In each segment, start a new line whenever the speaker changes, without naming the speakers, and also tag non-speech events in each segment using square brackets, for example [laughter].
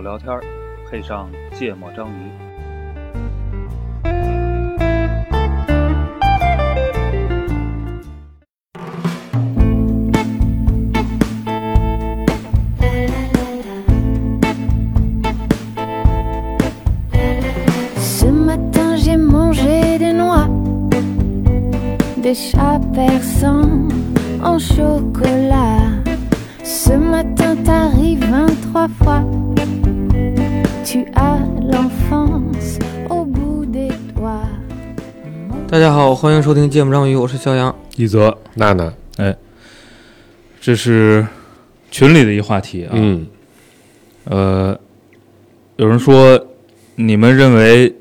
聊天，配上芥末章鱼。
Ce matin j'ai mangé des noix, des chats persans en chocolat. Ce matin t'arrives 23 fois, tu as l'enfance au bout des doigts.
大家好，欢迎收听《芥末章鱼》，我是肖阳。
一则，
娜娜，
这是群里的一话题啊。
嗯，
呃，有人说，你们认为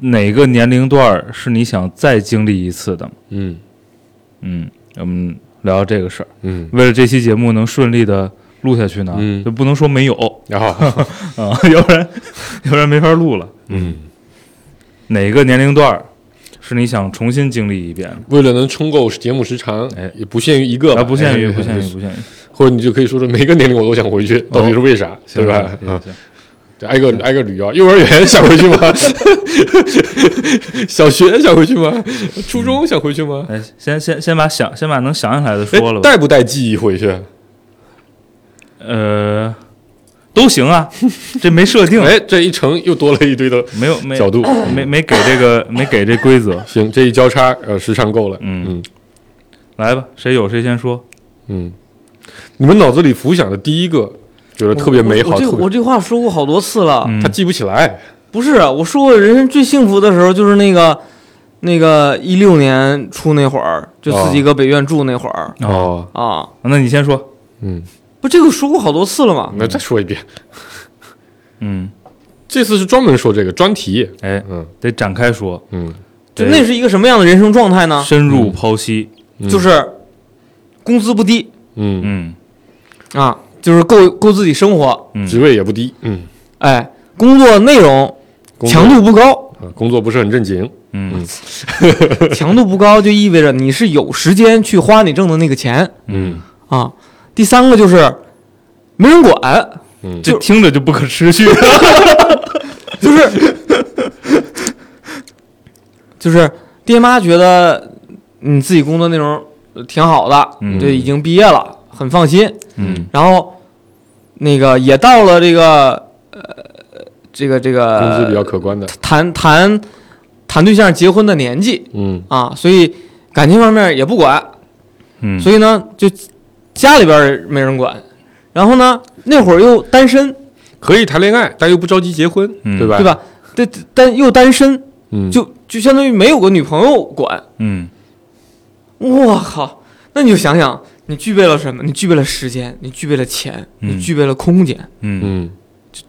哪个年龄段儿是你想再经历一次的？
嗯
嗯，我们聊聊这个事儿。
嗯，
为了这期节目能顺利的录下去呢，
嗯
就不能说没有啊、[laughs]
然后，
要不然要不然没法录了。
嗯，
哪个年龄段儿是你想重新经历一遍的？
为了能充够节目时长，
哎
也不限于一个吧，
啊，不限于，
哎
不限于，，不限于，
或者你就可以说是每个年龄我都想回去，到底是为啥，对
行
吧？
行
嗯，
行，嗯
对挨个挨个捋啊，幼儿园想回
[laughs]
去吗？小学想回去吗？初中想回去吗？
哎，先先先把想先把能想起来的
哎
嗯说了，吧。嗯
带不带记忆回去？
呃，都行啊，这没设定，
哎，这一乘又多了一堆的
没有没
角度，
没没给这个没给这规则，
行，这一交叉，呃，时长够了，
嗯
嗯
来吧，谁有谁先说。
嗯，你们脑子里浮想的第一个，觉得特别美
我
好，
这
特别
我这话说过好多次了，
嗯
他记不起来，
不是我说过人生最幸福的时候就是那个那个一六年初那会儿，就自己搁北院住那会儿
嗯
哦，
啊，
那你先说，
嗯，
不这个说过好多次了嘛？
那再说一遍，
嗯，
这次是专门说这个专题，
哎，
嗯
得展开说，
嗯
就
对
那是一个什么样的人生状态呢？
深入剖析，
嗯就是工资不低
嗯，
嗯
啊，就是够够自己生活，
嗯，
职位也不低，嗯，
哎，工作内容
工作
强度不高，
啊工作不是很正经，
嗯
强度不高就意味着你是有时间去花你挣的那个钱
嗯
啊。第三个就是没人管，
嗯，
这听着就不可持续，
[laughs]
就是就是爹妈觉得你自己工作内容呃挺好的，
嗯
对，已经毕业了，很放心。
嗯
然后那个也到了这个呃这个这
工资比
个
较可观的，
谈谈谈对象结婚的年纪
嗯
啊，所以感情方面也不管，
嗯，
所以呢就家里边儿没人管。然后呢，那会儿又单身，
可以谈恋爱，但又不着急结婚，
嗯
对吧？
对？吧？对，单又单身，
嗯，
就就相当于没有个女朋友管。
嗯
我靠，那你就想想，你具备了什么？你具备了时间，你具备了钱，
嗯
你具备了空间，
嗯
嗯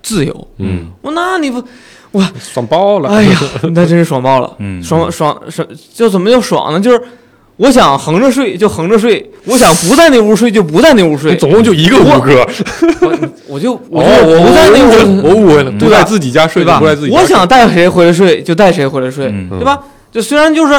自由。
嗯，
我那
[laughs]
你不，
爽爆了，
哎呀，那真是爽爆了，
嗯
爽爽爽，就怎么叫爽呢？就是我想横着睡就横着睡，我想不在那屋睡就不在那屋睡，
总共就一个五哥，
我我就哎我
哦
就不在那
误会了
屋，
我误会了，
对
不
吧
在自己家睡
对吧
就不在自己？家睡，
我想带谁回来睡就带谁回来睡，
嗯
对吧？就虽然就是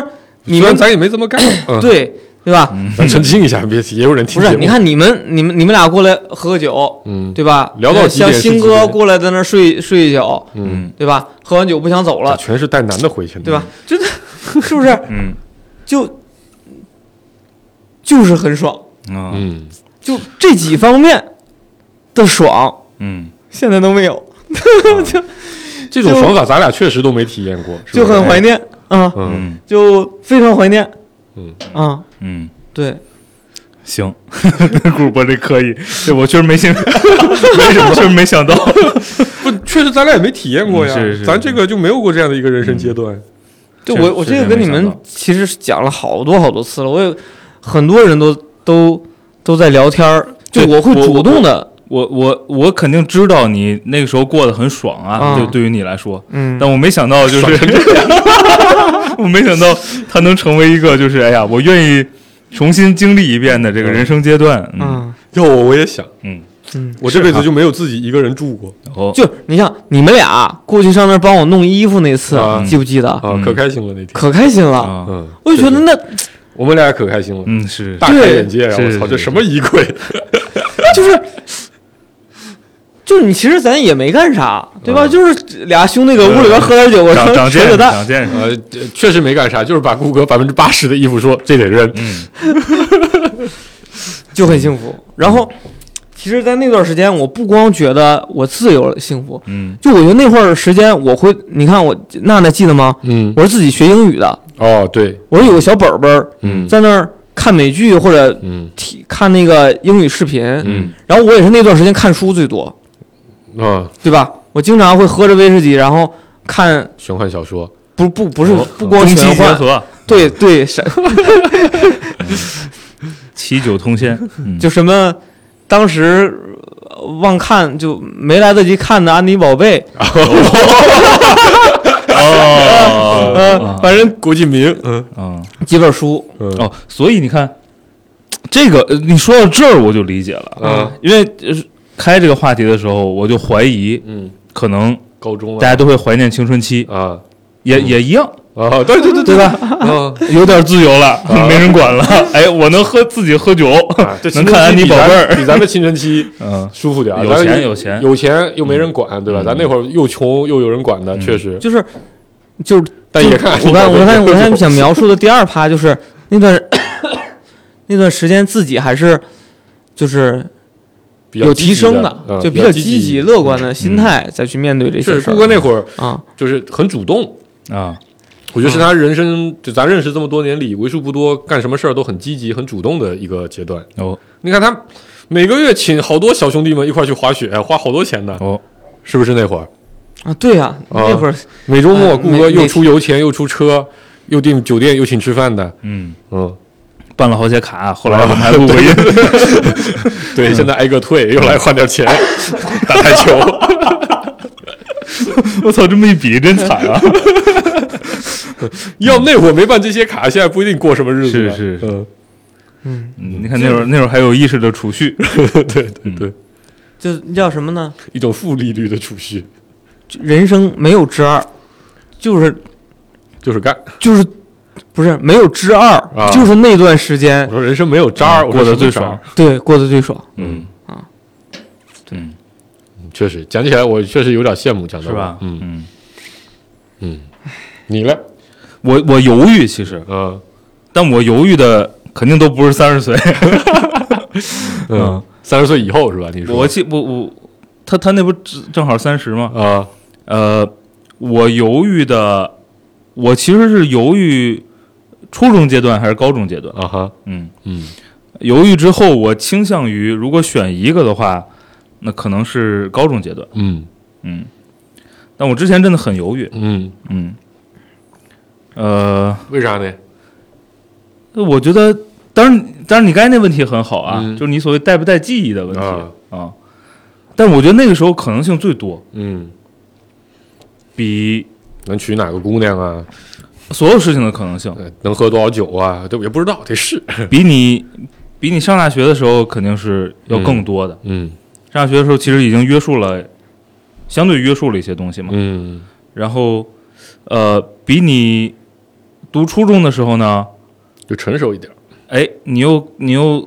你
虽然
们
咱也没这么干，
[clears throat]
嗯，
对对吧？
咱澄清一下，别也有人听
不
节
是，
目，
你，看你们你们你们俩过来喝个酒，
嗯，
对吧？
聊到几点
像
是
新
几
哥
点
过来在那儿睡睡一宿，
嗯
对吧？喝完酒不想走了，
全是带男的回去的，
对吧？？ [laughs] 真的是不是
嗯
就就是很爽？
啊
嗯，
就这几方面的爽，
嗯
现在都没有，
啊
[laughs]
这种
就
爽法咱俩确实都没体验过，是吧哎
就很怀，念啊，
嗯
嗯
就非常怀念
嗯。
啊。
嗯，
对，
行，顾波这可以，这我确实没想，为什么确实没想到，
不，确实咱俩也没体验过
嗯
呀，
是是嗯
咱这个就没有过这样的一个人生阶段。
就
确实
我我这
确
个
实
跟
没
你
想
们
到
其实讲了好多好多次了，我有很多人都都都在聊天儿，就
对
我会
我
主
我
动的，
我我我肯定知道你那个时候过得很爽啊，
嗯
就对于你来说，
嗯，
但我没想到就是， [laughs] 我没想到他能成为一个就是哎呀，我愿意重新经历一遍的这个人生阶段，嗯
嗯
要我我也想，
嗯，
嗯，
我这辈子就没有自己一个人住过
哦，
就你像你们俩过去上那儿帮我弄衣服那次，
啊
记不记得？
啊
嗯，
可开心了那天。
可开心了，
啊，
嗯，
我就觉得
对
那
我们俩可开心了，
嗯是，
大开眼界
[laughs]
啊！
对是
我操，
是
这什么衣柜？
就是就是你其实咱也没干啥，对吧？
嗯
就是俩兄弟搁屋里边喝点酒，我
长
成
长
扯扯
见识，
淡
长，见识。嗯
呃，确实没干啥，就是把顾哥百分之八十的衣服说这得扔，
嗯，
就很幸福。然后，
嗯
其实，在那段时间，我不光觉得我自由了幸福，
嗯，
就我觉得那会儿时间，我会，你看我娜娜记得吗？
嗯，
我是自己学英语的，
哦，对，
我是有个小本本儿，
嗯
在那儿看美剧或者
嗯
提看那个英语视频，
嗯
然后我也是那段时间看书最多，
啊，
对吧？我经常会喝着威士忌，然后看
玄幻小说，
不不不是
哦
不光
中西
玄
结
幻，
合，
对对，什
奇酒通仙。嗯，
就什么当时呃忘看就没来得及看的《安妮宝贝》，
哦，
呃，反正
郭敬明，嗯
嗯，
几本书，
嗯
哦，所以你看，这个呃你说到这儿我就理解了，
嗯
因为呃开这个话题的时候，我就怀疑，
嗯，
可能
高中
大家都会怀念青春期，
啊
也也一样，
啊，对对对
对
对，
吧？
[laughs]
嗯，
有点自由了， [laughs] 没人管了。哎，我能喝自己喝酒
啊这，
能
青春
看安
期
妮
比
宝
咱
贝儿，
比咱们青春期
嗯，
舒服点儿，
有
咱
钱有钱
啊有钱又没人管，对吧？
嗯
咱那会儿又穷又有人管的，确实，
嗯就是就是
但也看
我刚我刚才我刚才想
想
描述的第二趴就是那段那段时间自己还是就是有提升
嗯
就
比
比较积
积嗯
极乐观的心态再去面对这些
确实，
事
顾哥
儿
那会儿
啊。
就是很主动，
啊，
我觉得是
嗯
他人生就咱认识这么多年里为数不多干什么事儿都很积极、很主动的一个阶段。
哦
你看他每个月请好多小兄弟们一块儿去滑雪，哎花好多钱呢，
哦，
是不是那会儿？
啊，对呀、那会儿
每周末
哎
顾哥
每
又出油钱，又出车，又订酒店，又请吃饭的，
嗯，
嗯，
办了好些卡，啊后来我们还录过音，
哦 [laughs] 对，现在挨个退，又来换
[laughs]
点钱，打台球，
嗯 [laughs] 我操，这么一比真惨
[laughs]
啊！
要那会儿没办这些卡，现在不一定过什么日子呢。
是是
嗯，
嗯你看那会儿那会儿还有意识的储蓄，
对对对，
就叫什么呢？
一种负利率的储蓄，
人生没有之二，就是
就是干。
就是不是没有之二，
啊
就是那段时
我
间
说人生没有渣儿，我说
过得
什么
最
渣儿
爽。
对过得最爽。
嗯
啊，
对，
确实，讲起来我确实有点羡慕，讲到
是吧？
嗯，
嗯，
你嘞？
我我犹豫其实，
嗯
但我犹豫的肯定都不是三十岁，
嗯，三十岁以后是吧？你说
我记我我他他那不正正好三十吗？
啊
呃，我犹豫的，我其实是犹豫初中阶段还是高中阶段。
啊哈，
嗯，
嗯
犹豫之后，我倾向于如果选一个的话，那可能是高中阶段。
嗯
嗯，但我之前真的很犹豫。
嗯，
嗯，呃，
为啥呢？
我觉得，当然，当然，你刚才那问题很好啊，
嗯
就是你所谓带不带记忆的问题
啊
啊但我觉得那个时候可能性最多，
嗯，
比
能娶哪个姑娘啊？
所有事情的可能性，
呃能喝多少酒啊？对，也不知道，得试。
比你比你上大学的时候肯定是要更多的。
嗯
上大学的时候其实已经约束了，相对约束了一些东西嘛。
嗯
然后，呃，比你读初中的时候呢，
就成熟一点。
哎，你又你又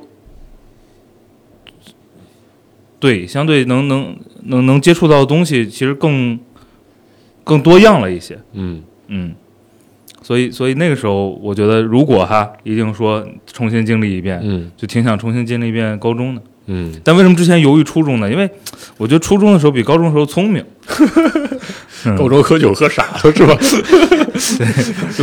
对，相对能能能能接触到的东西，其实更更多样了一些。
嗯
嗯，所以所以那个时候，我觉得如果哈，一定说重新经历一遍，
嗯
就挺想重新经历一遍高中的。
嗯，
但为什么之前犹豫初中呢？因为我觉得初中的时候比高中的时候聪明。嗯
[laughs] 高中喝酒喝傻了是吧？
就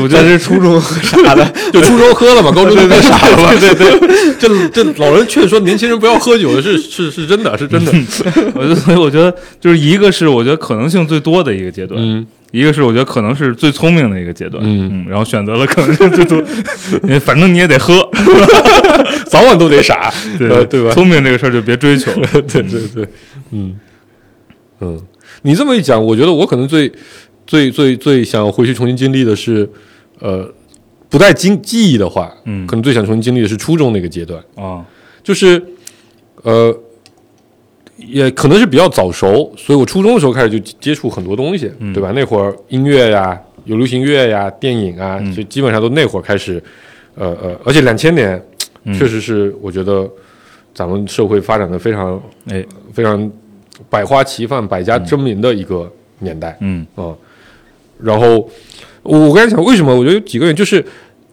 嗯我觉得
初中
傻的， [laughs] 就初中喝了嘛，高中就变傻了嘛。对对对， [laughs] 这这老人劝说年轻人不要喝酒，是是是真的，是真的。
[laughs] 我觉得， [laughs] 所以我觉得就是一个是我觉得可能性最多的一个阶段，
嗯
一个是我觉得可能是最聪明的一个阶段，
嗯
然后选择了可能性最
[laughs]
多，因为反正你也得喝，
早晚都得傻，呃对吧？
聪明这个事儿就别追求，
[laughs] 对对对，嗯嗯，你这么一讲，我觉得我可能最最最最想回去重新经历的是，呃，不带经记忆的话，
嗯
可能最想重新经历的是初中那个阶段，
啊，
就是呃，也可能是比较早熟，所以我初中的时候开始就接触很多东西，
嗯
对吧？那会儿音乐呀，有流行乐呀，电影啊，
嗯
就基本上都那会儿开始，呃呃，而且两千年
嗯
确实是我觉得咱们社会发展的非常
哎，
非常百花齐放、百家争鸣的一个年代。
嗯
啊、然后我我刚才讲为什么，我觉得有几个原因，就是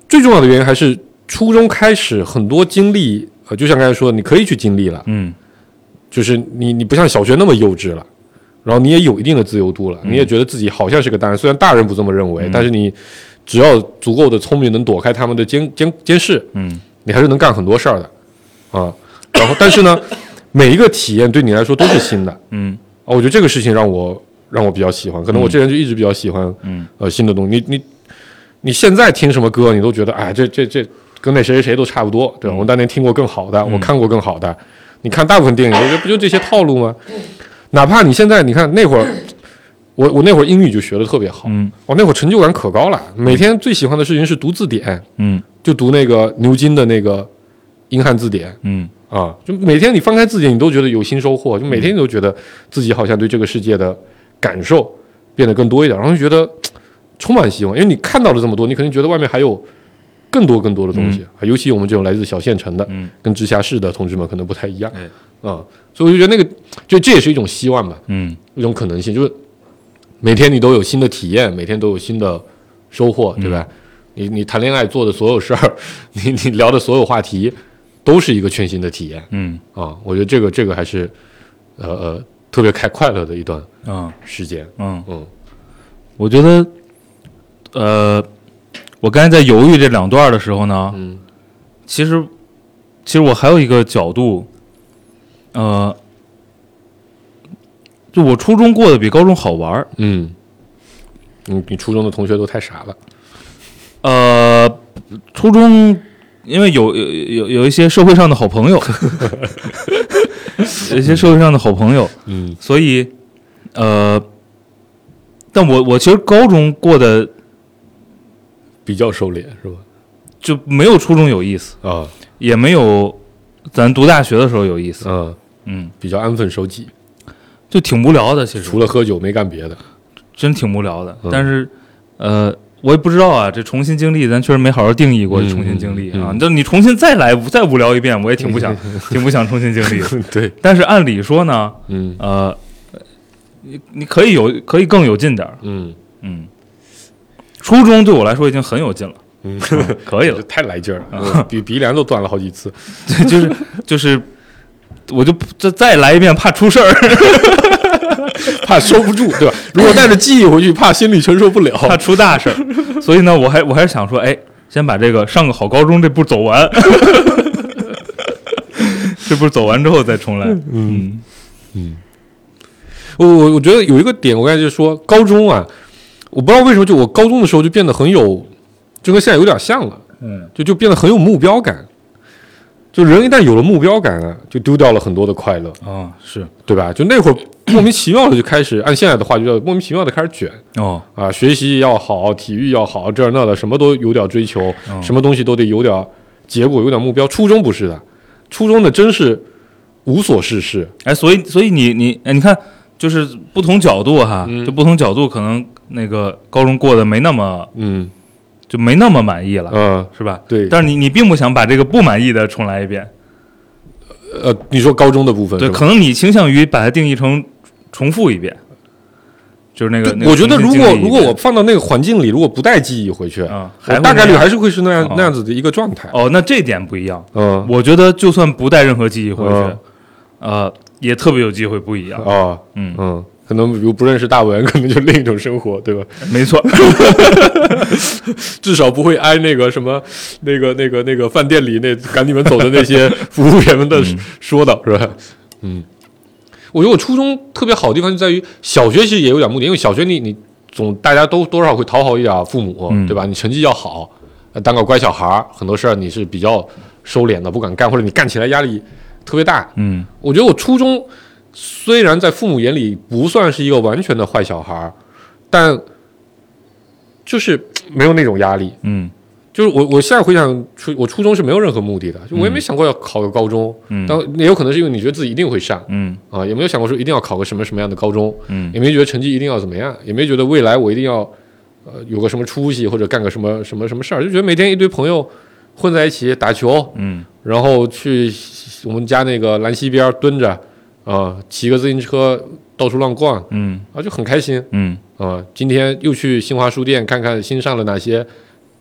最重要的原因还是初中开始很多经历，呃，就像刚才说的，你可以去经历了，
嗯
就是你你不像小学那么幼稚了。然后你也有一定的自由度了，你也觉得自己好像是个大人，虽然大人不这么认为，但是你只要足够的聪明，能躲开他们的监监监视，
嗯
你还是能干很多事儿的，啊，然后但是呢，每一个体验对你来说都是新的啊，
嗯
我觉得这个事情让我让我比较喜欢，可能我之前就一直比较喜欢，
嗯，
呃，新的东西，你你你现在听什么歌，你都觉得哎，这这这跟那谁谁谁都差不多，
嗯
对吧？我当年听过更好的，我看过更好的，你看大部分电影，我觉得不就这些套路吗？哪怕你现在你看那会儿。我我那会儿英语就学的特别好，
嗯
我那会儿成就感可高了。每天最喜欢的事情是读字典，
嗯
就读那个牛津的那个英汉字典
嗯
啊，就每天你翻开字典，你都觉得有新收获，就每
嗯
天你都觉得自己好像对这个世界的感受变得更多一点，然后就觉得嘖充满希望，因为你看到了这么多，你肯定觉得外面还有更多更多的东西，啊尤其我们这种来自小县城的，
嗯
跟直辖市的同志们可能不太一样，
哎
啊，所以我就觉得那个，就这也是一种希望吧，
嗯
一种可能性，就是每天你都有新的体验，每天都有新的收获，
嗯
对吧？你你谈恋爱做的所有事儿， [laughs] 你你聊的所有话题，都是一个全新的体验
嗯
啊！我觉得这个这个还是呃呃特别开快乐的一段
啊
时间，
嗯。
嗯
我觉得，呃，我刚才在犹豫这两段的时候呢，
嗯
其实，其实我还有一个角度，呃，就我初中过得比高中好玩儿，
嗯，你你初中的同学都太傻了，
呃，初中因为有有有有一些社会上的好朋
[laughs]
友，有一些社会上的好朋友，
嗯
所以，呃，但我我其实高中过得
比较收敛是吧？
就没有初中有意思。
啊
也没有咱读大学的时候有意思，
嗯，
嗯，
比较安分守己，
就挺无聊的，其实
除了喝酒没干别的， [laughs]
真挺无聊的。
嗯
但是，呃，我也不知道啊，这重新经历，咱确实没好好定义过
嗯
重新经历
嗯
啊
嗯。
就你重新再来再无聊一遍，我也挺不
[laughs]
想，挺不想重新经历的。
对，
但是按理说呢，
嗯
呃，你你可以有，可以更有劲点儿，
嗯
嗯。初中对我来说已经很有劲了，
嗯，
[laughs] 可以
[laughs]
了
这，太来劲儿了，比鼻梁都断了好几次，
对， [laughs] 就是就是，我就不再再来一遍，怕出事儿。
怕收不住，对吧？如果带着记忆回去，怕心里承受不了。
怕出大事 [laughs] 儿，所以呢，我还我还是想说，哎，先把这个上个好高中这步走 [laughs] 完，这步走完之后再重来。嗯
我我我觉得有一个点，我刚才就说高中啊，我不知道为什么，就我高中的时候就变得很有，就跟现在有点像了，
嗯
就就变得很有目标感。就人一旦有了目标感啊，就丢掉了很多的快乐，
哦是
对吧？就那会儿莫名其妙的就开始，按现在的话就叫莫名其妙的开始卷
哦
啊，学习要好，体育要好，这儿那的什么都有点追求，
嗯
什么东西都得有点结果，有点目标。初中不是的，初中的真是无所事事，
哎，所以所以你你哎，你看，就是不同角度哈，
嗯
就不同角度，可能那个高中过得没那么
嗯
就没那么满意了，
嗯。
是吧？
对
但是你你并不想把这个不满意的重来一遍，
呃，你说高中的部分
对，
是吧
可能你倾向于把它定义成重复一遍，就是那个。那
对
个
我觉得
重
如
新
果
经历一
如果
遍
我放到那个环境里，如果不带记忆回去，
啊
我
还会
大概
那
率
样
还是会是那样
哦
那样子的一个状态。
哦，那这点不一样。
嗯，
我觉得就算不带任何记忆回去
嗯，
呃，也特别有机会不一样。
哦，
嗯，
嗯，可能比如不认识大文，可能就另一种生活，对吧？
嗯没错，
至少不会挨那个什么那个那个那个饭店里那赶你们走的那些服务员们的
嗯
说道，是吧？嗯，我觉得我初中特别好的地方就在于小学其实也有点目的，因为小学你你总大家都多少会讨好一点父母，
嗯
对吧？你成绩要好，呃当个乖小孩儿，很多事儿你是比较收敛的，不敢干，或者你干起来压力特别大。
[laughs] 嗯
我觉得我初中虽然在父母眼里不算是一个完全的坏小孩儿，但就是没有那种压力。
嗯
就是我我现在回想初我初中是没有任何目的的，就我也没想过要考个高中，
嗯
但也有可能是因为你觉得自己一定会上
嗯
啊，也没有想过说一定要考个什么什么样的高中，
嗯
也没觉得成绩一定要怎么样，也没觉得未来我一定要呃有个什么出息或者干个什么什么什么事儿，就觉得每天一堆朋友混在一起打球，
嗯
然后去我们家那个兰溪边儿蹲着啊，骑个自行车到处乱逛
嗯
啊，就很开心
嗯
啊。今天又去新华书店看看新上了哪些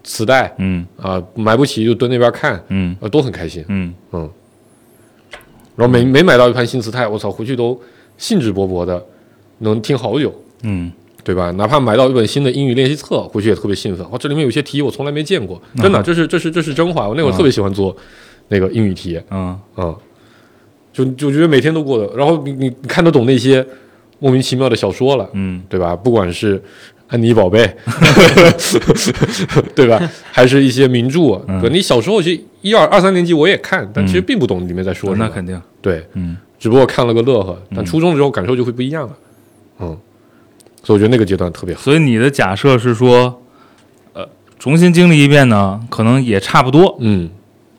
磁带
嗯
啊，买不起就蹲那边看，
嗯
啊，都很开心。
嗯，
然后每每买到一盘新磁带，我操，回去都兴致勃勃的，能听好久。
嗯，
对吧？哪怕买到一本新的英语练习册，回去也特别兴奋。哇，这里面有些题我从来没见过，真的，这是这是这是真话。我那会儿特别喜欢做那个英语题，
啊，
嗯，就就觉得每天都过得。然后你你你看得懂那些莫名其妙的小说了，
嗯
对吧？不管是安妮宝贝， [laughs] 对吧？还是一些名著，啊
嗯
对你小时候其实一二二三年级我也看，但其实并不懂里面在说什么。
那肯定，
对，
嗯
只不过看了个乐呵。但初中之后感受就会不一样了，嗯，所以我觉得那个阶段特别好。
所以你的假设是说，呃，重新经历一遍呢，可能也差不多
嗯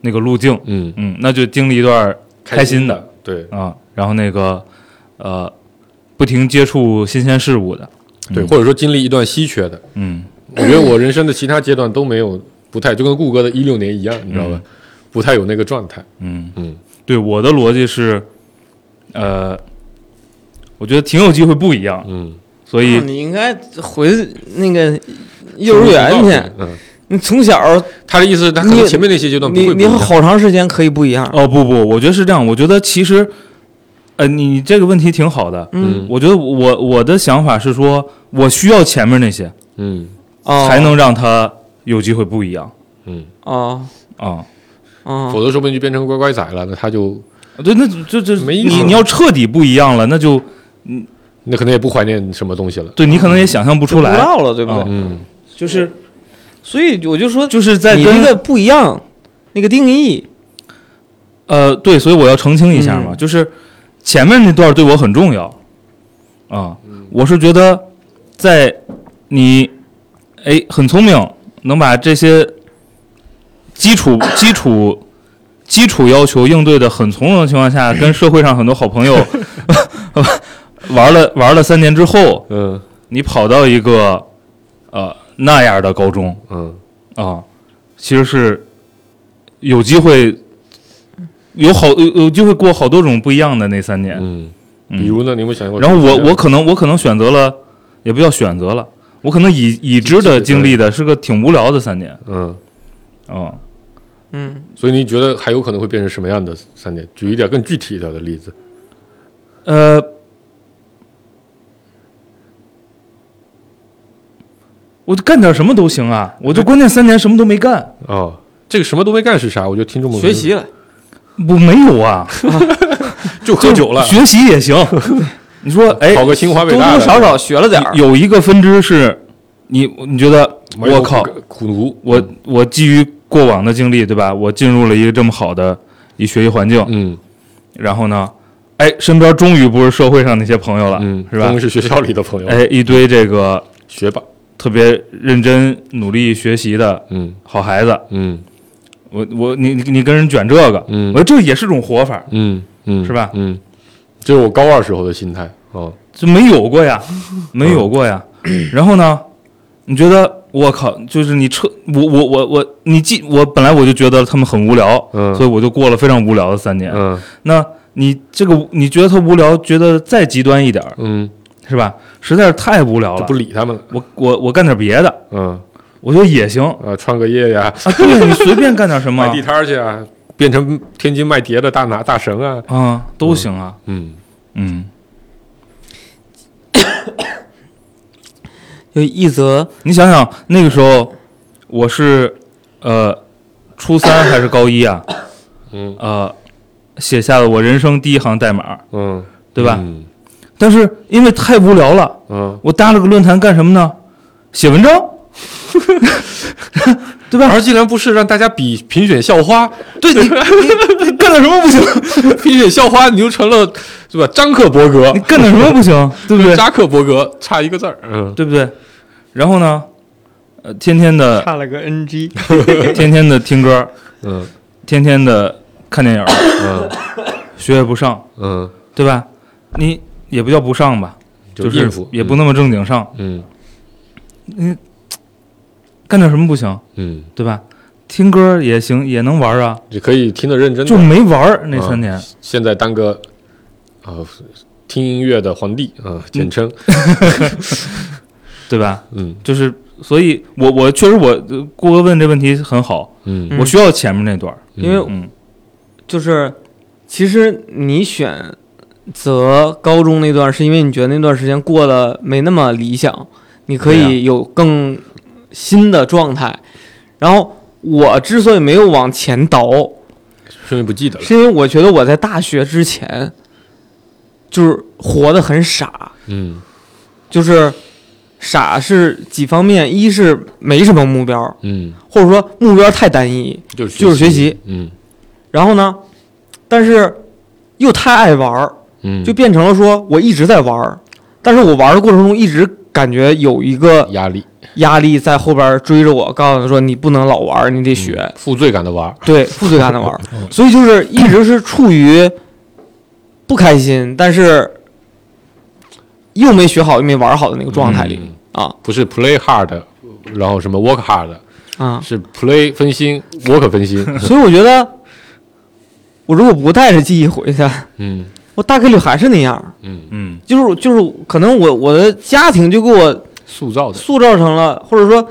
那个路径，
嗯，
嗯，那就经历一段开心的
的，对
啊，然后那个呃，不停接触新鲜事物的，
对，或者说经历一段稀缺的。
嗯
我觉得我人生的其他阶段都没有不太，就跟顾哥的一六年一样，你知道吧？不太有那个状态。
嗯
嗯，
对，我的逻辑是，呃，我觉得挺有机会不一样，
嗯，
所以
你应该回那个幼儿园去。
嗯，
你从小
他的意思，是他可能
你
前面那些阶段不
你
会不一
你
样。
好长时间可以不一样。
哦不不，我觉得是这样，我觉得其实，呃，你这个问题挺好的，
嗯
我觉得我我的想法是说，我需要前面那些，
嗯
哦
才能让它有机会不一样
嗯，
哦
啊。
哦
否则说不定就变成乖乖仔了，那他就
对，那就就
没意思
你
了
你要彻底不一样了，那就
那可能也不怀念什么东西了。
对你可能也想象不出
不
来，啊
到了，对不对？
嗯
就是，所以我就说，
就是在
你
跟
这个不一样，那个定义，
呃对，所以我要澄清一下嘛，
嗯
就是前面那段对我很重要啊，我是觉得在你哎很聪明，能把这些基础基础。基础要求应对的很从容的情况下，跟社会上很多好朋友 [laughs] 玩了玩了三年之后，
嗯
你跑到一个呃那样的高中
嗯
啊，其实是有机会有好有有机会过好多种不一样的那三年。
嗯，比如呢，你有没有想过？
然后我我可能我可能选择了，也不叫选择了，我可能已已知的经历的是个挺无聊的三年
嗯，
啊。
嗯，
所以你觉得还有可能会变成什么样的三年？举一点更具体一点的例子。
呃，我就干点什么都行啊，我就关键三年什么都没干。
哦，这个什么都没干是啥？我觉得听众们
学习了，
我没有 [laughs] 啊，
就喝酒了，
学习也行。你说，哎，
考个清华
多
北大
多
的
少少学了点儿。
有一个分支是，你你觉得
没有
我靠，
苦读，
我我基于过往的经历，对吧？我进入了一个这么好的一学习环境，
嗯
然后呢，哎，身边终于不是社会上那些朋友了，
嗯，
是吧
终于？是学校里的朋友，
哎，一堆这个
学霸，
特别认真努力学习的
嗯
好孩子，
嗯
我我你你你跟人卷这个，
嗯
我说这也是种活法，
嗯嗯，
是吧
嗯，这是我高二时候的心态哦，
这没有过
[laughs]
呀，没有过呀。
嗯
然后呢，你觉得我靠，就是你彻我我我我，你既我本来我就觉得他们很无聊，
嗯
所以我就过了非常无聊的三年。
嗯
那你这个你觉得他无聊，觉得再极端一点儿
嗯，
是吧？实在是太无聊
就
了，
不理他们了，
我我我干点别的，
嗯
我觉得也行啊。
啊，创个业呀，
对你随便干点什
[laughs]
么
卖地摊儿去啊，变成天津卖碟的大拿大神啊，
啊，都行啊，
嗯
嗯。
有一则，
你想想那个时候，我是呃初三还是高一啊？
嗯
呃，写下了我人生第一行代码，
嗯，
对吧？
嗯
但是因为太无聊了，
嗯，
我搭了个论坛干什么呢？写文章， [laughs] 对吧？
而竟然不是让大家比评选校 [laughs] 花，
对你你你干点什么不行？
[laughs] 评选校花你就成了是吧？扎克伯格
你，干点什么不
[laughs]
行？对不对？
扎克伯格差一个字儿，嗯
对不对？然后呢？呃，天天的
差了个 NG，
天天的听歌，
嗯
天天的看电影，
嗯
学也不上，
嗯，
对吧？你也不叫不上吧，
就
就是
应付
也不那么正经上，
嗯
干点什么不行？
嗯，
对吧？听歌也行，也能玩啊，
你可以听得认真的，嗯
就没玩儿那三年。
现在当个啊、听音乐的皇帝啊、简称，
对吧？
嗯
就是，所以我我确实我呃郭哥问这问题很好，
嗯
嗯
我需要前面那段儿，
因为
嗯
就是其实你选择高中那段，是因为你觉得那段时间过得没那么理想，你可
对
以有更新的状态。然后我之所以没有往前倒，
顺便不记得了，
是因为我觉得我在大学之前就是活得很傻，
嗯
就是傻是几方面，一是没什么目标，
嗯，
或者说目标太单一，
就是
就是学习，
嗯
然后呢，但是又太爱玩儿，
嗯，
就变成了说我一直在玩儿，但是我玩儿的过程中一直感觉有一个
压力
压力在后边儿追着我，告诉我说你不能老玩儿，你得学，
嗯负罪感的玩儿，
对，负罪感的玩儿，
嗯
所以就是一直是处于不开心，但是又没学好又没玩儿好的那个状态里、
嗯
啊
不是 play hard，然后什么 work hard，
啊，
是 play 分心，work
[laughs]
分心，
所以我觉得我如果不带着记忆回去，
嗯
我大概率还是那样儿，
嗯，
嗯，
就是就是可能我我的家庭就给我。
塑造的
塑造成了，或者说，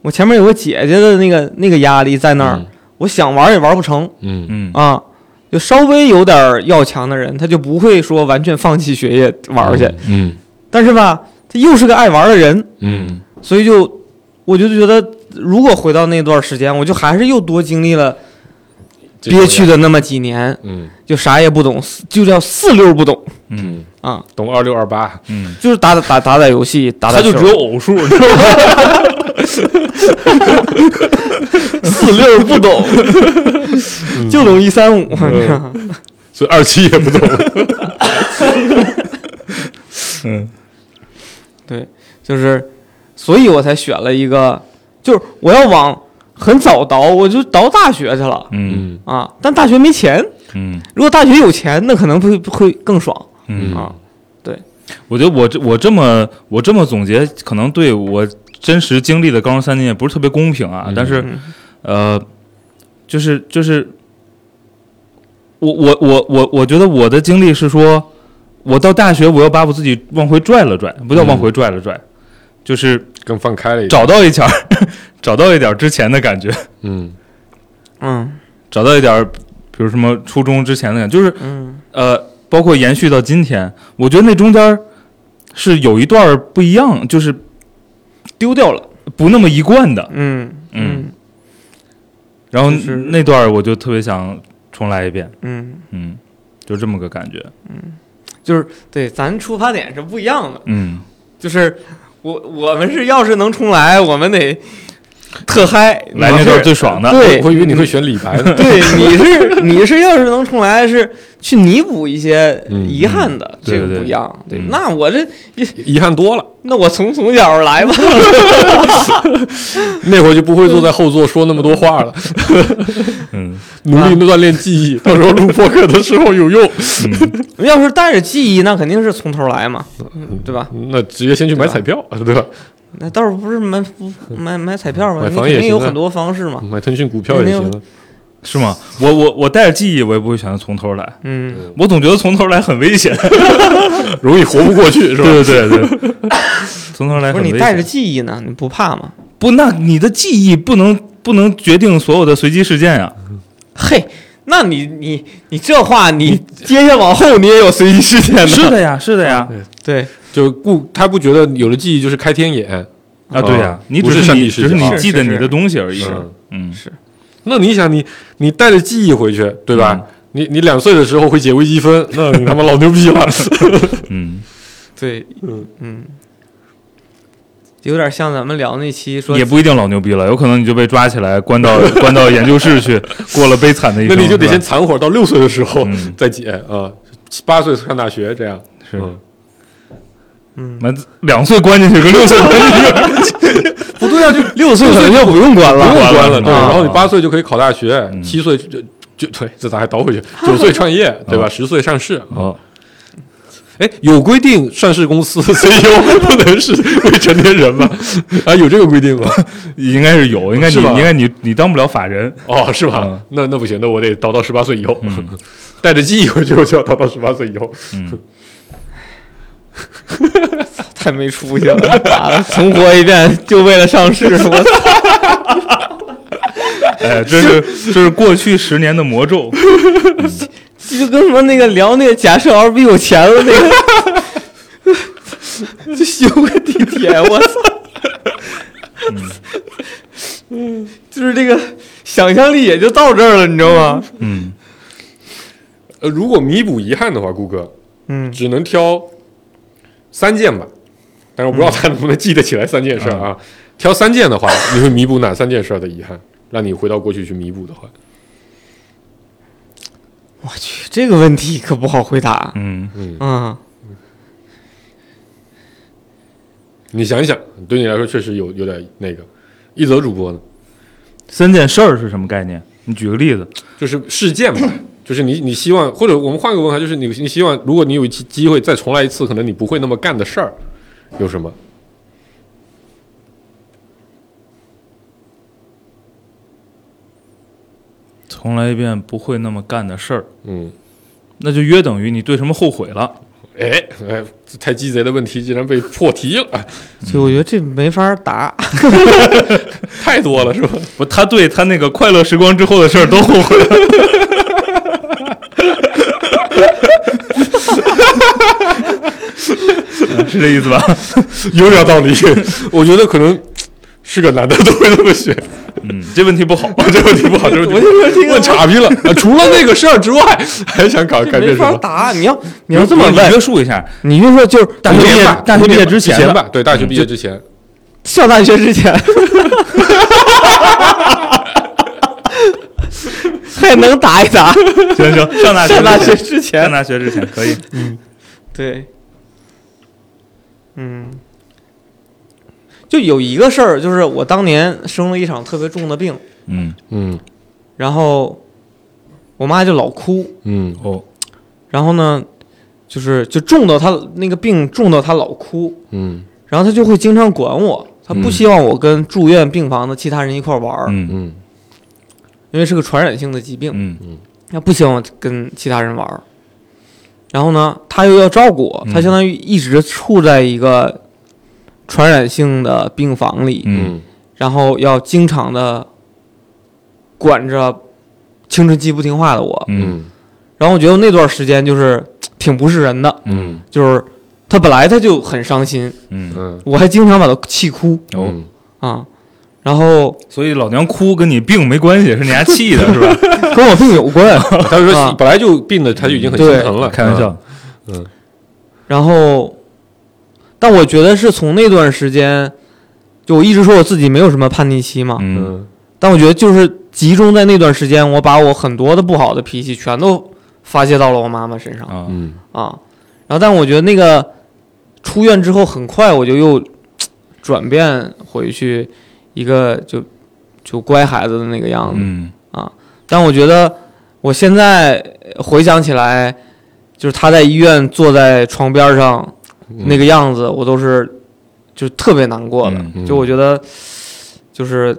我前面有个姐姐的那个那个压力在那儿，，我想玩也玩不成
嗯嗯
嗯
啊。就稍微有点儿要强的人，他就不会说完全放弃学业玩儿去，
嗯
但是吧，他又是个爱玩儿的人，
嗯
所以就我就觉得，如果回到那段时间，我就还是又多经历了憋屈，的那么几年，
嗯
就啥也不懂，就叫四六不懂
嗯
嗯，
啊，
懂二六二八，
嗯，
就是打打打打游戏，打打
他就
球
只有偶数，你知道
[laughs]
吗？
四六不懂，就懂一三五，你知道吗？
[laughs] 所以二七也不懂，
嗯
[laughs] 对，就是，所以我才选了一个，就是我要往很早倒，我就倒大学去了
嗯
啊。但大学没钱，
嗯
如果大学有钱，那可能会会更爽。
嗯，
啊
我觉得我这我这么我这么总结，可能对我真实经历的高中三年也不是特别公平啊，
嗯
但是
嗯
呃，就是就是，我我我我我觉得我的经历是说，我到大学我要把我自己往回拽了拽，不
嗯
叫往回拽了拽，就是
更放开了一点，
找到一点儿， [laughs] 找到一点儿之前的感觉，
嗯
嗯
找到一点儿，比如什么初中之前的感觉，就是
嗯
呃，包括延续到今天，我觉得那中间儿是有一段儿不一样，就是丢掉了，不那么一贯的。
嗯
嗯然后
就是
那段儿我就特别想重来一遍，
嗯，
嗯，就这么个感觉，
就是对，咱出发点是不一样的，
嗯，
就是我我们是要是能重来，我们得特嗨，
嗯来
你
那
是
段儿最爽的，
对
我以为你会选李白
[laughs]
呢，
对，你是你是要是能重来，是去弥补一些
嗯
遗憾的，
对
这个
对
不一样。对，
嗯
那我这 [laughs]
遗憾多了，
那我从从小来吧。 [laughs]
那会儿就不会坐在后座说那么多话了，
嗯
努力地锻炼记忆，到时候录播客的时候有用。
嗯
要是带着记忆，那肯定是从头来嘛，对吧？
嗯那直接先去买彩票，对吧？
那倒是不是买不买买彩票吧？
买
你
房
肯
也
定有
行啊
很多方式嘛。
买腾讯股票也行
那
啊。
是吗？我我我带着记忆，我也不会选择从头来，
嗯，
我总觉得从头来很危
[laughs]
险，
容易活不过去，是吧？
对对
[laughs]
对，从头来
不
很
是
危
你
险。
带着记忆呢，你不怕吗？
不，那你的记忆不能不能决定所有的随机事件呀、
嘿，那你你你这话，你接下往后你也有随机事件的。
是的呀，是的呀，
[laughs] 对，
就故他不觉得有了记忆就是开天眼。
啊，对呀，你
不
只
是上帝
你
视
只是
角啊
你
是
记得
是
你的
是
东西而已
是，
嗯，
那你想你，你带着记忆回去，对吧？
嗯
你你两岁的时候会解微积
[laughs]
分，那你他妈老牛逼了。
嗯，
对，
嗯
嗯，有点像咱们聊那期说
也不一定老牛逼了，有可能你就被抓起来，关到关到研究室去，过了悲惨的一
那
生。
你就得
是
先
吧
藏会儿，到六岁的时候
嗯
再解啊。八岁上大学这样，
是
嗯
嗯
那两岁关进去跟六岁关进去
不对啊，
[laughs]
就六岁可能就不用关
不
了嗯
用
完了
关了。对，
啊
然后你八岁就可以考大学，七岁就就对，这咱还倒
[laughs]
回去，九岁创业，对
嗯
吧？十岁上市啊。
哦，
哎，有规定，上市公司 [laughs] CEO 不能是未成年人吗？啊，有这个规定吗？
应该是有，应该你
是吧
应该你你当不了法人，
哦，是吧？
嗯
那那不行，那我得倒到十八岁以后。 [laughs] 带着记忆回去，我就要到到十八岁以后。
嗯，
太没出息了， [laughs] 妈的重活一遍就为了上 [laughs] 市，我操！
哎，这是
[laughs]
这是过去十年的魔咒，
就跟什么那个聊那个假设 L B 有钱了那个， [laughs] 就修个地 [laughs] 铁，我操！嗯 [laughs] 就是这个想象力也就到这儿了，你知道吗？
嗯
呃，如果弥补遗憾的话，顾哥
嗯
只能挑三件吧，但是我不知道
嗯
他能不能记得起来三件事儿啊。 [laughs] 挑三件的话，你会弥补哪三件事儿的遗憾？让你回到过去去弥补的话，
我去，这个问题可不好回答。
嗯
嗯，
你想一想，对你来说确实有有点那个。一则主播呢，
三件事儿是什么概念？你举个例子，
就是事件吧，就是你你希望，或者我们换个问法，就是你你希望，如果你有一次机会再重来一次，可能你不会那么干的事儿，有什么？
重来一遍不会那么干的事儿，
嗯，
那就约等于你对什么后悔了。
哎哎，这太鸡贼的问题竟然被破题了，
所以我觉得这没法答。 [laughs]
太多了是吧？
不，他对他那个快乐时光之后的事儿都后悔了。 [laughs] 是这意思吧？
有点道理，我觉得可能是个男的都会这么选。
嗯，这问题不好。
这问题不好，这问题不好
我就说这个
问岔劈了、啊除了那个事儿之外，还想搞改
没
变什
法
么？
答，你要你要这么
你约
问，
束一下，
你就说就是
大学毕业
吧
大学毕业之前
前
吧
吧，对，大学毕业之前，
上大学之 [laughs] 前，还能答一 [laughs] 答？
行行，上大学
上大
之
学
前
之前
上大学之前可以。
对，嗯，就有一个事儿，就是我当年生了一场特别重的病，
嗯
嗯
然后我妈就老哭，
嗯
哦
然后呢，就是就重到她那个病重到她老哭，
嗯
然后她就会经常管我，她不希望我跟住院病房的其他人一块儿玩儿，
嗯
嗯
因为是个传染性的疾病，
嗯
她不希望我跟其他人玩儿。然后呢，她又要照顾我，她
嗯
相当于一直处在一个传染性的病房里，
嗯
然后要经常的管着青春期不听话的我。
嗯
嗯
然后我觉得那段时间就是挺不是人的，
嗯
就是他本来他就很伤心，
嗯嗯
嗯
我还经常把他气哭
哦，
嗯，
啊。然后
所以老娘哭跟你病没关系，是你家气的是 [laughs] 吧？
跟我病有关，
他说
啊
本来就病了，他就已经很心
对
疼了，
开玩笑，
[laughs] 然后，但我觉得是从那段时间，就我一直说我自己没有什么叛逆期嘛，
嗯
嗯，
但我觉得就是集中在那段时间，我把我很多的不好的脾气全都发泄到了我妈妈身上。
啊
嗯
啊。然后，但我觉得那个出院之后，很快我就又转变回去一个就就乖孩子的那个样子、
嗯
啊。但我觉得我现在回想起来，就是他在医院坐在床边上、
嗯
那个样子，我都是就特别难过的。
嗯
嗯
就我觉得就是。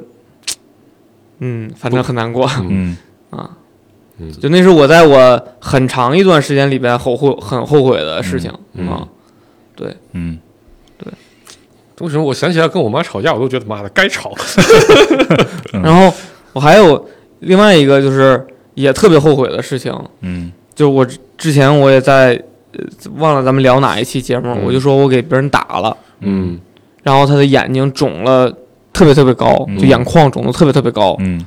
嗯，反正很难过。
嗯
[laughs] 就那是我在我很长一段时间里边后悔很后悔的事情、
嗯嗯
啊。
嗯，
为什么我想起来跟我妈吵架，我都觉得妈的该吵，
嗯
然后我还有另外一个就是也特别后悔的事情，
嗯
就是我之之前我也在呃忘了咱们聊哪一期节目，
嗯
我就说我给别人打了，
嗯
然后他的眼睛肿了特别特别高，
嗯
就眼眶肿的特别特别高。
嗯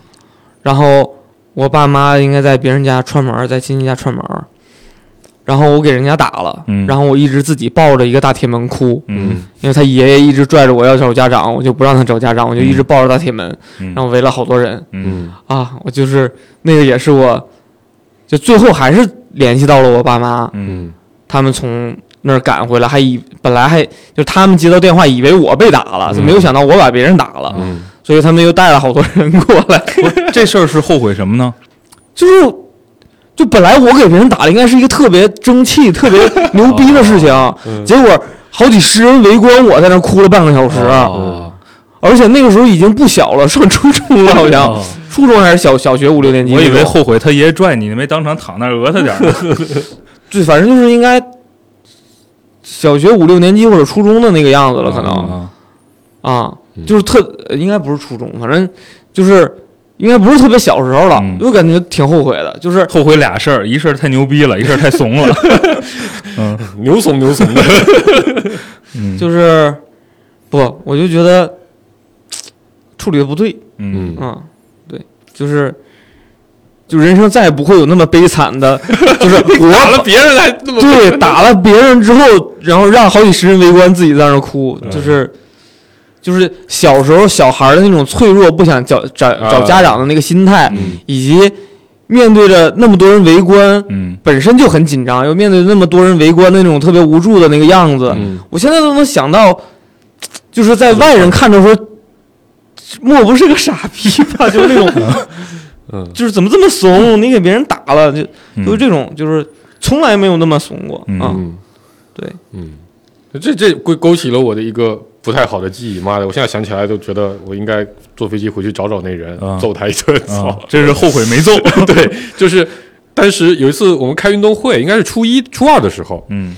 然后我爸妈应该在别人家串门儿，在亲戚家串门儿，然后我给人家打了，
嗯
然后我一直自己抱着一个大铁门哭，
嗯
因为他爷爷一直拽着我要找家长，我就不让他找家长，我就一直抱着大铁门，
嗯
然后围了好多人。
嗯
嗯
啊，我就是那个也是我，就最后还是联系到了我爸妈，
嗯
嗯
他们从那儿赶回来，还以本来还就他们接到电话以为我被打了，就没
嗯
有想到我把别人打了，
嗯
所以他们又带了好多人过来，
不，这事儿是后悔什么呢？
就是。就本来我给别人打的应该是一个特别争气、特别牛逼
哦
[laughs] 的事情，
嗯
结果好几十人围观我，在那儿哭了半个小时，
哦，
而且那个时候已经不小了，上初中了，好像
哦
初中还是小小学五六年级那
我
种。
以为后悔他爷爷拽你，你没当场躺那儿讹他点儿呢。 [laughs]
对，反正就是应该小学五六年级或者初中的那个样子了，可能。
啊
啊，
嗯
就是特呃应该不是初中，反正就是应该不是特别小时候了，
嗯
我感觉挺后悔的，就是
后悔俩事儿，一事儿太牛逼了，一事儿太怂 [laughs] 了。
牛怂牛怂的，
嗯，
就是不，我就觉得嘖处理的不对，
嗯，
啊，对，就是就人生再也不会有那么悲惨的， [laughs] 就是
打
[laughs]
我
了别人还那么
对打了别人之后，然后让好几十人围观，自己在那儿哭，
嗯
就是。就是小时候小孩的那种脆弱，不想找找找家长的那个心态，
啊嗯
以及面对着那么多人围观，
嗯，
本身就很紧张，又面对那么多人围观那种特别无助的那个样子，
嗯
我现在都能想到，就是在外人看着说，莫不是个傻逼吧？ [laughs] 就是那种，
嗯
就是怎么这么怂？你给别人打了，就
嗯
就是这种，就是从来没有那么怂过
嗯
啊！
嗯
对，
嗯，这这勾勾起了我的一个不太好的记忆。妈的，我现在想起来都觉得我应该坐飞机回去找找那人，
啊
揍他一顿。操、
啊，这是后悔没揍。
[laughs] 对，就是当时有一次我们开运动会，应该是初一、初二的时候，
[laughs] 嗯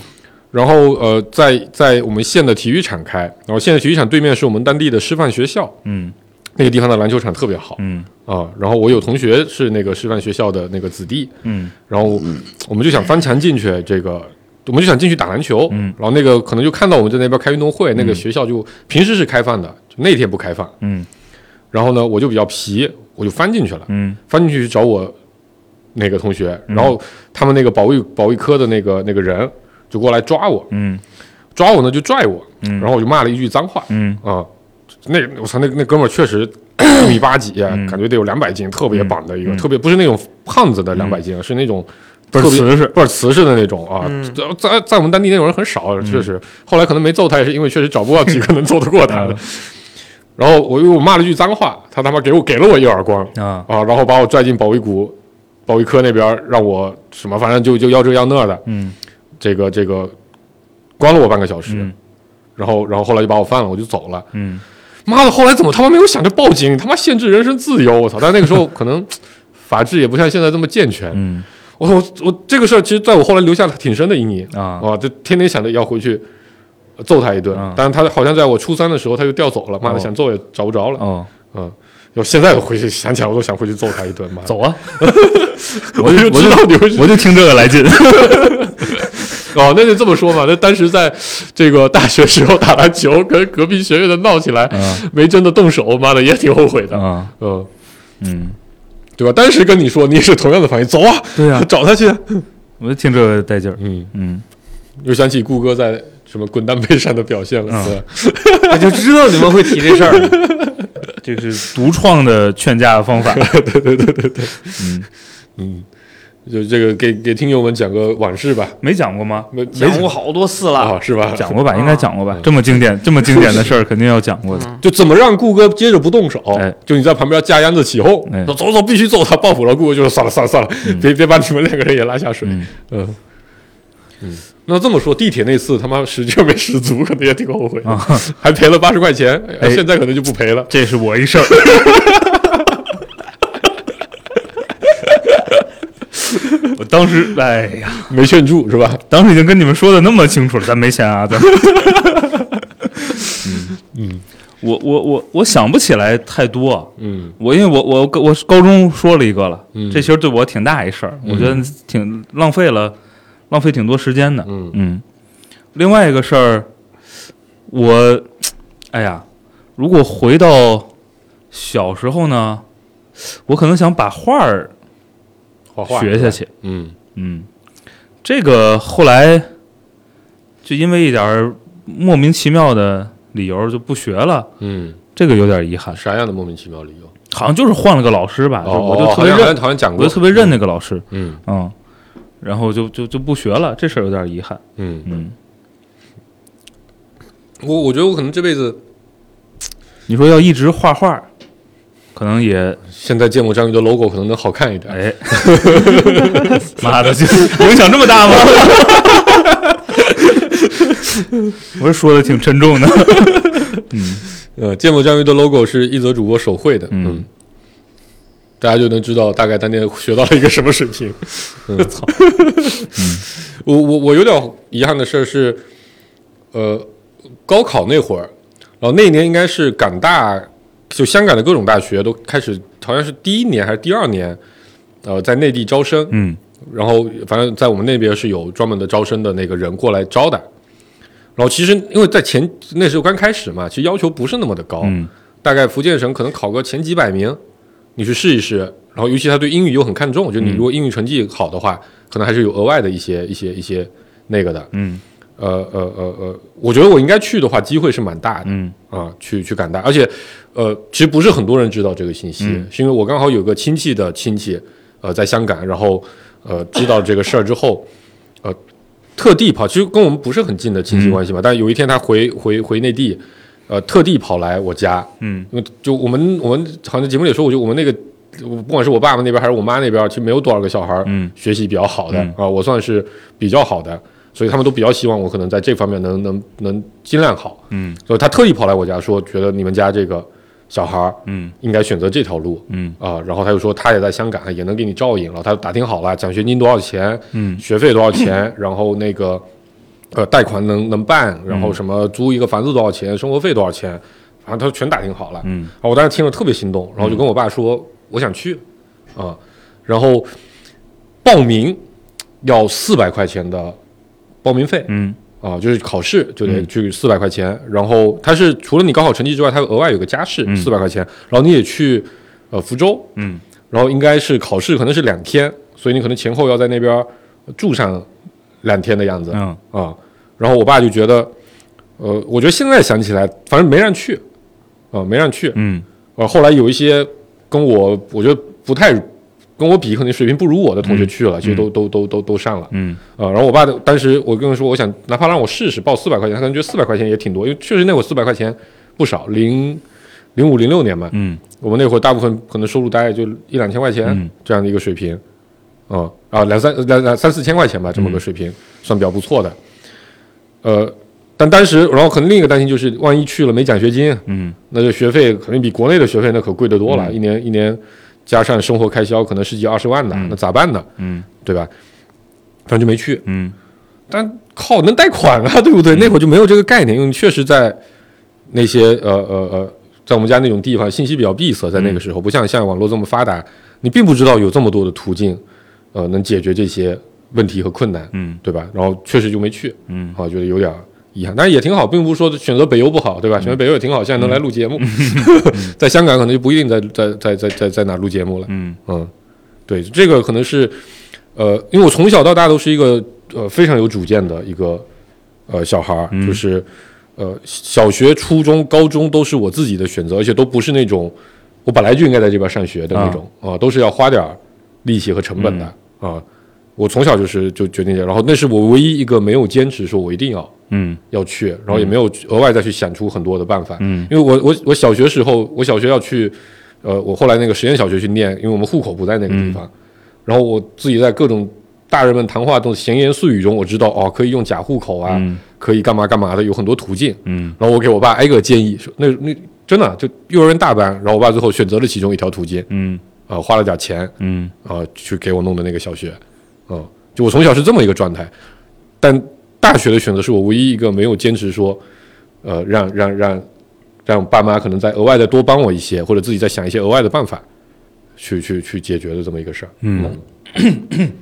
然后呃，在在我们县的体育场开，然后县的体育场对面是我们当地的师范学校，
嗯
那个地方的篮球场特别好
嗯
啊。然后我有同学是那个师范学校的那个子弟，
嗯
然后我们就想翻墙进去，这个我们就想进去打篮球，
嗯
然后那个可能就看到我们在那边开运动会，那个学校就平时是开放的，就那天不开放。
嗯
然后呢，我就比较皮，我就翻进去了，
嗯
翻进去去找我那个同学，然后他们那个保育保育科的那个那个人就过来抓我，
嗯
抓我呢就拽我，
嗯
然后我就骂了一句脏话，
嗯
啊、那我操，那那哥们儿确实一米八几，感觉得有两百斤，特别绑的一个，
嗯
特别不是那种胖子的两百斤，是那种
倍儿
特别
瓷实
倍儿瓷实的那种啊。
嗯
在在我们当地那种人很
嗯
少，确实。后来可能没揍他，也是因为确实找不到几个能揍得过他
嗯
的。然后我又骂了句脏话，他他妈给我给了我一耳光
啊
啊，然后把我拽进保卫股保卫科那边儿，让我什么反正就就要这要那的，
嗯
这个这个关了我半个小时，
嗯
然后然后后来就把我放了，我就走了。
嗯
妈的，后来怎么他妈没有想着报警？你他妈限制人身自由！我操！但那
[laughs]
个时候可能法制也不像现在这么健全。
嗯
我操，我我这个事儿其实在我后来留下了挺深的阴影
啊
啊！就天天想着要回去呃揍他一顿
啊，
但是他好像在我初三的时候他就调走了，妈的
哦
想揍也找不着了。
哦，
嗯，要现在我回去想起来我都想回去揍他一顿，妈的！
走 [laughs] 啊！
我就
我
知道你会
我就听这个来 [laughs] 劲。
哦，那就这么说嘛。那当时在这个大学时候打篮球，跟隔壁学院的闹起来，
嗯
没真的动手，妈的也挺后悔的。
啊
嗯。
嗯，
对吧？当时跟你说，你也是同样的反应，走啊，
对啊
找他去。
我就听这个带劲儿。
嗯，
嗯
又想起顾哥在什么滚蛋杯上的表现
嗯
了，对吧
[laughs] 我就知道你们会提这事儿，
这是独创的劝架方 [laughs] 法。
嗯，就这个给给听友们讲个往事吧，
[laughs] 没讲过吗？
没没
讲过好多次
啊，
了，
是吧？
讲过吧，应该讲过吧
嗯。
这么经典、这么经典的 [laughs] 事儿，肯定要讲过的。
就怎么让顾哥接着不动手？
哎
就你在旁边架秧子起哄，
哎
说走走，必须揍他，报复了。顾哥就说算了算了算了，别别把你们两个人也拉下水。嗯
嗯
嗯那这么说，地铁那次他妈使劲没使足，可能也挺后悔的，还赔了八十块钱、哎
啊哎
现在可能就不赔了。
这是我一 [laughs] 事儿。我当时，哎呀，
没劝住是吧？
当时已经跟你们说的那么清楚了，咱没钱啊，咱。嗯嗯，我我我我想不起来太多。
嗯
我因为我我我是高中说了一个了，这其实对我挺大一事儿，我觉得挺浪费了，浪费挺多时间的。
嗯
嗯，另外一个事儿，我，哎呀，如果回到小时候呢，我可能想把画儿
画画
学下去。
嗯
嗯，这个后来就因为一点儿莫名其妙的理由就不学了，
嗯，
这个有点遗憾。
啥样的莫名其妙理由？
好像就是换了个老师
啊
吧，就我就特别
哦好像
认，
好像讲
我
过，
就特别认那个老师，
嗯
嗯，然后就就就不学了，这事儿有点遗憾。
嗯，
嗯，
我我觉得我可能这辈子
你说要一直画画，可能也
现在芥末章鱼的 logo 可能能好看一点。
哎， [laughs] 妈的，就影响这么 [laughs] 大吗？我是说的挺沉重的，嗯
呃，芥末章鱼的 logo 是一则主播手绘的，
嗯
嗯，大家就能知道大概当年学到了一个什么水
[laughs]
平。嗯，操， [laughs] 我我我有点遗憾的事儿是，呃，高考那会儿，然后那一年应该是港大，就香港的各种大学都开始，好像是第一年还是第二年，呃，在内地招生，
嗯
然后反正在我们那边是有专门的招生的那个人过来招的。然后其实因为在前那时候刚开始嘛，其实要求不是那么的高，
嗯
大概福建省可能考个前几百名，你去试一试。然后尤其他对英语又很看重，我觉得
嗯
你如果英语成绩好的话，可能还是有额外的一些一些一些那个的。
嗯
呃呃呃呃，我觉得我应该去的话，机会是蛮大的。
嗯
啊，去去港大，而且，呃，其实不是很多人知道这个信息，
嗯
是因为我刚好有个亲戚的亲戚，呃，在香港，然后呃知道这个事儿之后，呃，特地跑，其实跟我们不是很近的亲戚关系
嗯
嘛，但有一天他回回回内地，呃，特地跑来我家，
嗯
因为就我们我们好像在节目里说，我觉得我们那个，我不管是我爸爸那边还是我妈那边，其实没有多少个小孩儿
嗯
学习比较好的、
嗯
啊，我算是比较好的，所以他们都比较希望我可能在这方面能能能尽量好。
嗯
所以他特意跑来我家说，觉得你们家这个小孩儿
嗯
应该选择这条路
嗯
啊、然后他就说他也在香港，也能给你照应。然后他打听好了，奖学金多少钱，
嗯
学费多
[laughs]
少钱，然后那个呃贷款能能办，然后什么租一个房子多少钱，生活费多少钱，反正他全打听好了。
嗯
啊，我当时听了特别心动，然后就跟我爸说我想去啊，然后报名要四百块钱的报名费，
嗯
啊，就是考试就得去四百块钱，然后它是除了你高考成绩之外，它额外有个加试
嗯
四百块钱，然后你也去呃福州，
嗯
然后应该是考试可能是两天，所以你可能前后要在那边住上两天的样子、
嗯
啊。然后我爸就觉得，呃，我觉得现在想起来，反正没让去，啊、没让去。
嗯
呃，后来有一些跟我我觉得不太跟我比，可能水平不如我的同学去了，其实都都都都都上了。
嗯
啊、然后我爸的当时我跟他说，我想哪怕让我试试报四百块钱，他可能觉得四百块钱也挺多，因为确实那会四百块钱不少，零零五零六年嘛，
嗯
我们那会儿大部分可能收入大概就一两千块钱、
嗯
这样的一个水平，啊、啊两三两两三四千块钱吧，这
嗯
么个水平、算比较不错的，呃，但当时然后可能另一个担心就是，万一去了没奖学金，
嗯
那这学费肯定比国内的学费那可贵得多了，一年一年加上生活开销可能十几二十万呢，那咋办呢？
嗯
对吧？反正就没去，
嗯
但靠能贷款啊， [laughs] 对不对？那会儿就没有这个概念，因为确实在那些呃呃呃，在我们家那种地方，信息比较闭塞，在那
嗯
个时候，不像现在网络这么发达，你并不知道有这么多的途径，呃，能解决这些问题和困难，
嗯
对吧？然后确实就没去，
嗯
啊，觉得有点遗憾，但是也挺好，并不是说选择北邮不好，对吧？
嗯
选择北邮也挺好，现在能来录节目， [laughs] 在香港可能就不一定在在在在在在哪录节目了，
嗯
嗯，对，这个可能是，呃，因为我从小到大都是一个呃非常有主见的一个呃小孩儿，就是呃小学、初中、高中都是我自己的选择，而且都不是那种我本来就应该在这边上学的那种啊、都是要花点儿力气和成本的啊、我从小就是就决定这样，然后那是我唯一一个没有坚持说我一定要
嗯
要去，然后也没有额外再去想出很多的办法。
嗯，
因为我我我小学时候，我小学要去，呃，我后来那个实验小学去念，因为我们户口不在那个地方，
嗯
然后我自己在各种大人们谈话中闲言碎语中，我知道哦，可以用假户口啊，
嗯
可以干嘛干嘛的，有很多途径。
嗯
然后我给我爸挨个建议，说那那真的就幼儿园大班，然后我爸最后选择了其中一条途径，
嗯
啊、花了点钱，
嗯
啊、去给我弄的那个小学，嗯，就我从小是这么一个状态，但大学的选择是我唯一一个没有坚持说，呃，让让让让爸妈可能再额外再多帮我一些，或者自己再想一些额外的办法，去去去解决的这么一个事儿。
嗯， [coughs]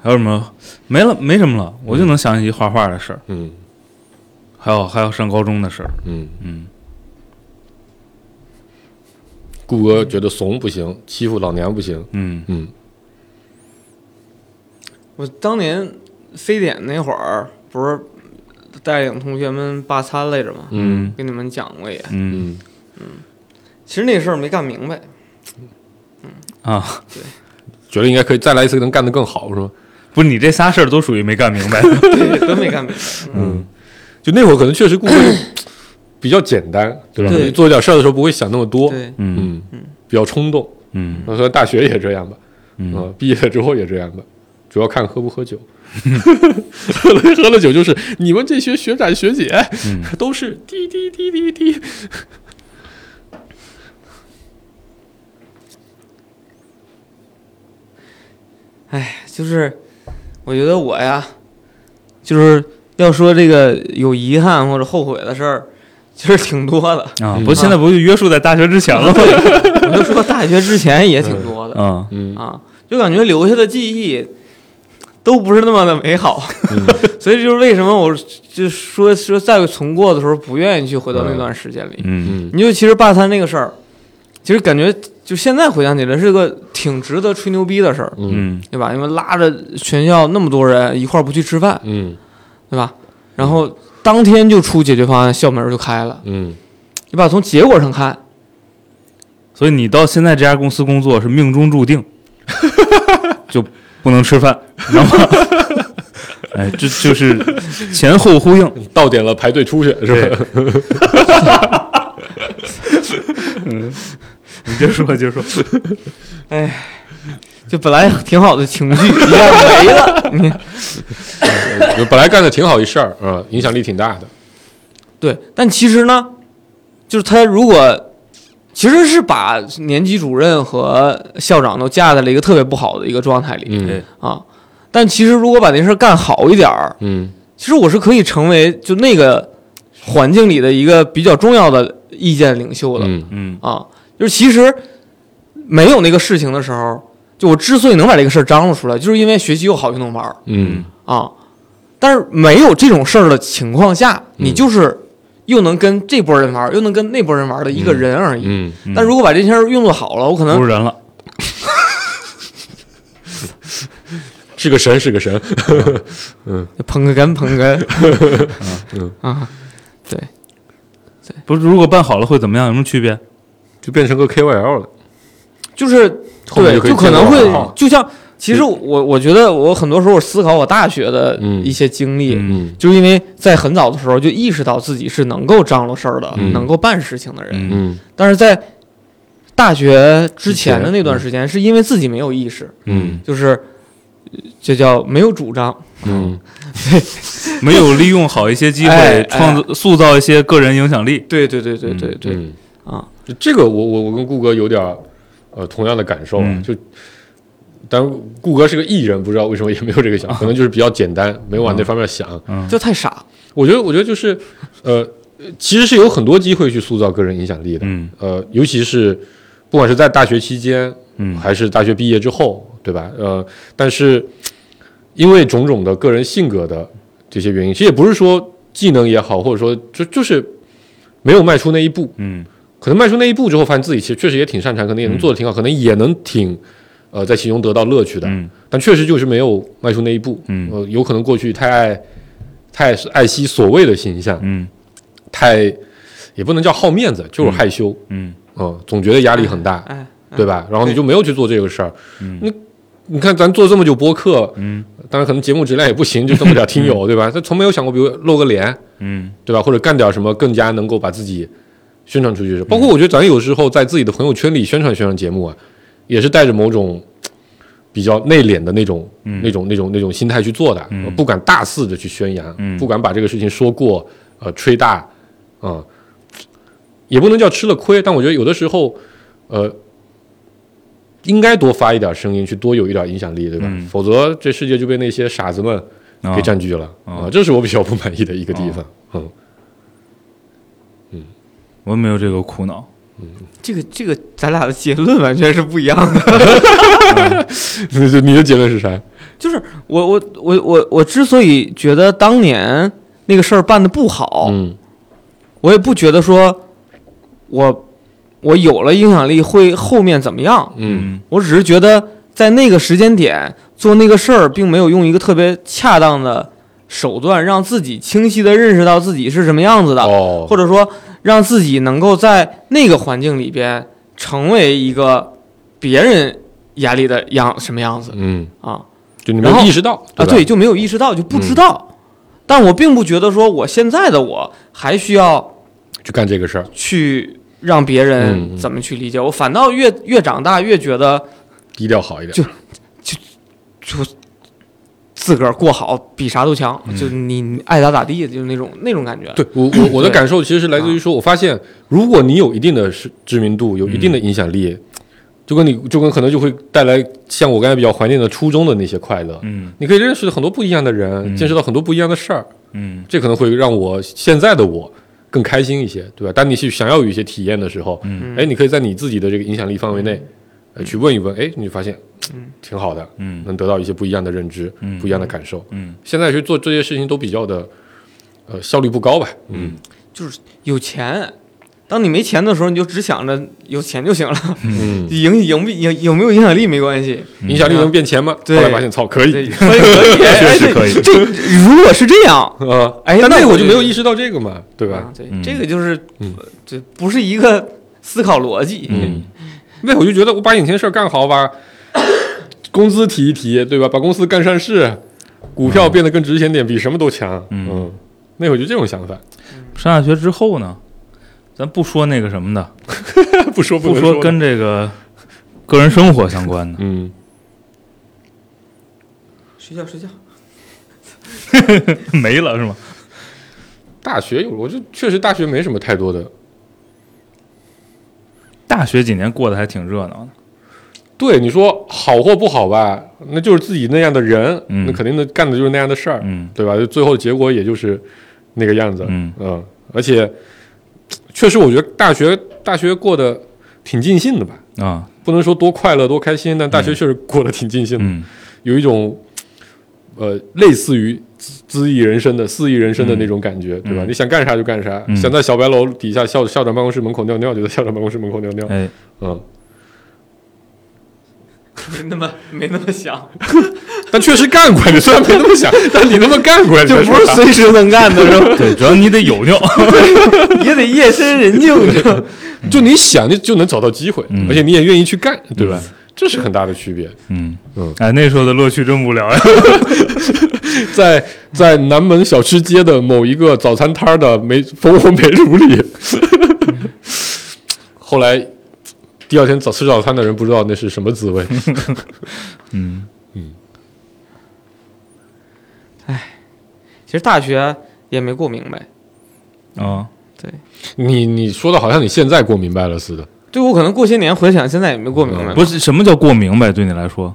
还有什么？没了，没什么了，我就能想起画画的事儿，
嗯
还有还有上高中的事儿。
嗯
嗯，
顾哥觉得怂不行，欺负老娘不行。
嗯
嗯
我当年非典那会儿，不是带领同学们罢餐来着吗？
嗯
跟你们讲过也，
嗯
嗯，
其实那事儿没干明白，
啊，
觉得应该可以再来一次，能干得更好是吗？
不是你这仨事儿都属于没干明白。
对，都没干明白。嗯
就那会儿可能确实顾
[coughs]
哥比较简单，对吧？
对
你做点事儿的时候不会想那么多，
对，
嗯
嗯，比较冲动。
嗯
我说大学也这样吧，
嗯
啊，毕业了之后也这样吧，主要看喝不喝酒。喝了喝了酒就是你们这些学长学姐、
嗯
都是滴滴滴滴滴，
就是我觉得我呀，就是要说这个有遗憾或者后悔的事儿，其实挺多的。 [laughs]
啊，不，现在不就约束在大学之前了吗？
我就说大学之前也挺多的
啊，
嗯，
啊，就感觉留下的记忆都不是那么的美好， [laughs] 所以就是为什么我就说说再重过的时候不愿意去回到那段时间里。
嗯
嗯
你就其实罢餐那个事儿，其实感觉就现在回想起来是个挺值得吹牛逼的事儿，
嗯
嗯
对吧？因为拉着全校那么多人一块儿不去吃饭，
嗯
对吧？然后当天就出解决方案，校门就开了，
嗯，
对吧？从结果上看，
所以你到现在这家公司工作是命中注 [laughs] 定，就不能吃饭，知 [laughs] 道吗？哎，这就是前后呼应。
到点了排队出去是吧？
你接着说，接着说。
就本来挺好的情绪一下没了，你看
[laughs] 本来干的挺好一事儿啊，影响力挺大的。
对。但其实呢，就是他如果其实是把年级主任和校长都架在了一个特别不好的一个状态里、
嗯
啊。但其实如果把那事儿干好一点儿，
嗯
其实我是可以成为就那个环境里的一个比较重要的意见领袖的。
嗯
嗯
啊，就是其实没有那个事情的时候，就我之所以能把这个事儿张罗出来，就是因为学习又好又能玩儿
嗯
啊。但是没有这种事儿的情况下，你
嗯
就是又能跟这波人玩儿，又能跟那波人玩儿的一个人而已。
嗯
嗯
但如果把这些事儿运作好了，我可
不
能
是人了，
是个神是个神，
捧个哏，捧个
[laughs]
哏啊，
不是如果办好了会怎么样？有什么区别？
就变成个 KOL 了。
就是
后面
对，
就可以
就可能
进入了
会
啊
就像，其实我我觉得我很多时候我思考我大学的
嗯
一些经历，
嗯
嗯
就是因为在很早的时候就意识到自己是能够张罗事儿的，
嗯
能够办事情的人。
嗯
嗯
但是在大学之前的
之前
那段时间，是因为自己没有意识，
嗯
就是呃这叫没有主张。
嗯
没有利用好一些机
哎
会，创造塑造一些个人影响力。
对对对对对对，
嗯
啊，
这个我我我跟顾哥有点儿呃同样的感受啊
嗯，
就。但顾哥是个艺人，不知道为什么也没有这
[laughs]
个想法，可能就是比较简单，没往那方面想。
嗯
这太傻。
我觉得，我觉得就是，呃，其实是有很多机会去塑造个人影响力的，
嗯
呃，尤其是不管是在大学期间，
嗯
还是大学毕业之后，对吧？呃，但是因为种种的个人性格的这些原因，其实也不是说技能也好，或者说就就是没有迈出那一步，
嗯
可能迈出那一步之后，发现自己其实确实也挺擅长，可能也能做得挺好，可能也能挺呃在其中得到乐趣的，
嗯
但确实就是没有迈出那一步，
嗯
呃，有可能过去太爱太爱惜所谓的形象，
嗯
太也不能叫好面子，就是害羞，
嗯
嗯、总觉得压力很大，
哎，
对吧？然后你就没有去做这个事儿，
嗯
你你看咱做这么久播客，
嗯
当然可能节目质量也不行，就这么点儿听友，对吧？他从没有想过，比如露个脸，
嗯
对吧？或者干点什么更加能够把自己宣传出去的事。包
嗯
括我觉得咱有时候在自己的朋友圈里宣传宣传节目啊，也是带着某种嘖比较内敛的那种、那种、那种、那种心态去做的，
嗯
呃不敢大肆的去宣扬，
嗯
不敢把这个事情说过，呃，吹大，啊、也不能叫吃了亏，但我觉得有的时候，呃。应该多发一点声音，去多有一点影响力，对吧？
嗯
否则这世界就被那些傻子们
啊
给占据了啊、这是我比较不满意的一个地方。嗯，
我没有这个苦恼。
这个这个，咱俩的结论完全是不一样的。 [laughs]
你的 [laughs] 你的结论是啥？
就是我我我我我之所以觉得当年那个事儿办的不好，
嗯
我也不觉得说我我有了影响力会后面怎么样，
嗯
我只是觉得在那个时间点做那个事儿，并没有用一个特别恰当的手段，让自己清晰的认识到自己是什么样子的，
哦，
或者说让自己能够在那个环境里边成为一个别人眼里的样什么样子
嗯，
啊
就你没有
然后
意识到
啊，
对
对，
吧，嗯
就没有意识到，就不知道。但我并不觉得说我现在的我还需要
去干这个事儿。
去让别
嗯
人
嗯
怎么去理解我，反倒越越长大越觉得
低调好一点，
就就自个儿过好比啥都强，就你你爱咋咋地，就是那种那种感觉。
嗯对我我我的感受其实是来自于说，我发现如果你有一定的知知名度，有一定的影响力，就跟你就跟可能就会带来像我刚才比较怀念的初中的那些快乐。
嗯
你可以认识很多不一样的人，
嗯
见识到很多不一样的事儿，
嗯
这可能会让我现在的我更开心一些，对吧？当你去想要有一些体验的时候，
嗯
哎，你可以在你自己的这个影响力范围内，呃去问一问，哎，你发现
嗯
挺好的，
嗯
能得到一些不一样的认知，
嗯
不一样的感受。
嗯
现在去做这些事情都比较的，呃，效率不高吧？嗯，
有钱，当你没钱的时候，你就只想着有钱就行了，
嗯，
[laughs] 赢赢不赢有没有影响力没关系。
影响力能变钱吗？后
对
来发现，
[laughs]
操，可
对，
以
可以可以，哎
确实可以
对这如果是这样，
[laughs] 啊。
哎
但
那
那
我
我就
就
没有意识到这个嘛，对
啊
吧？
对
嗯，
这个就是
嗯
这不是一个思考逻辑。
嗯
那我就觉得我把眼前事儿干好，把 [coughs] 工资提一提，对吧？把公司干善事，股票变得更值钱点，比什么都强。
嗯
嗯，那会儿就这种想法， [laughs]
上大学之后呢，咱不说那个什么的，
不说
不
能
说
的
跟这个个人生活相
[laughs]
关的，
嗯，
睡觉睡 [laughs] 觉，
没了是吗？
大学有，我就确实大学没什么太多的。
大学几年过得还挺热闹的，
对你说好或不好吧，那就是自己那样的人，
嗯
那肯定的干的就是那样的事儿，
嗯
对吧？就最后结果也就是那个样子，
嗯
而且确实我觉得大学大学过得挺尽兴的吧，
啊，
不能说多快乐多开心，但大学确实过得挺尽兴的，
嗯
有一种呃类似于恣恣意人生的肆意人生的那种感觉，对吧？
嗯
你想干啥就干啥，
嗯
想在小白楼底下校校长办公室门口尿尿就在校长办公室门口尿尿，
哎，
嗯。
没那么没那么想，
但确实干过，你虽然没那么想，但你他妈干
嗯
过，
就不是
随
随时能干的，是吧？
[laughs] 对，主要你得有尿，
[laughs] 也得夜深人静，你知道吗
就你想就就能找到机会，
嗯
而且你也愿意去干，对吧？这是很大的区别。
嗯
嗯
哎，那时候的乐趣真无聊呀，
在在南门小吃街的某一个早餐摊儿的梅蜂窝煤炉里，后来第二天早吃早餐的人不知道那是什么滋
[laughs]
味。
嗯
其实大学也没过明白，
啊，
你你说的好像你现在过明白了似的，
对我可能过些年回想，现在也没过明白，
不是什么叫过明白？对你来说，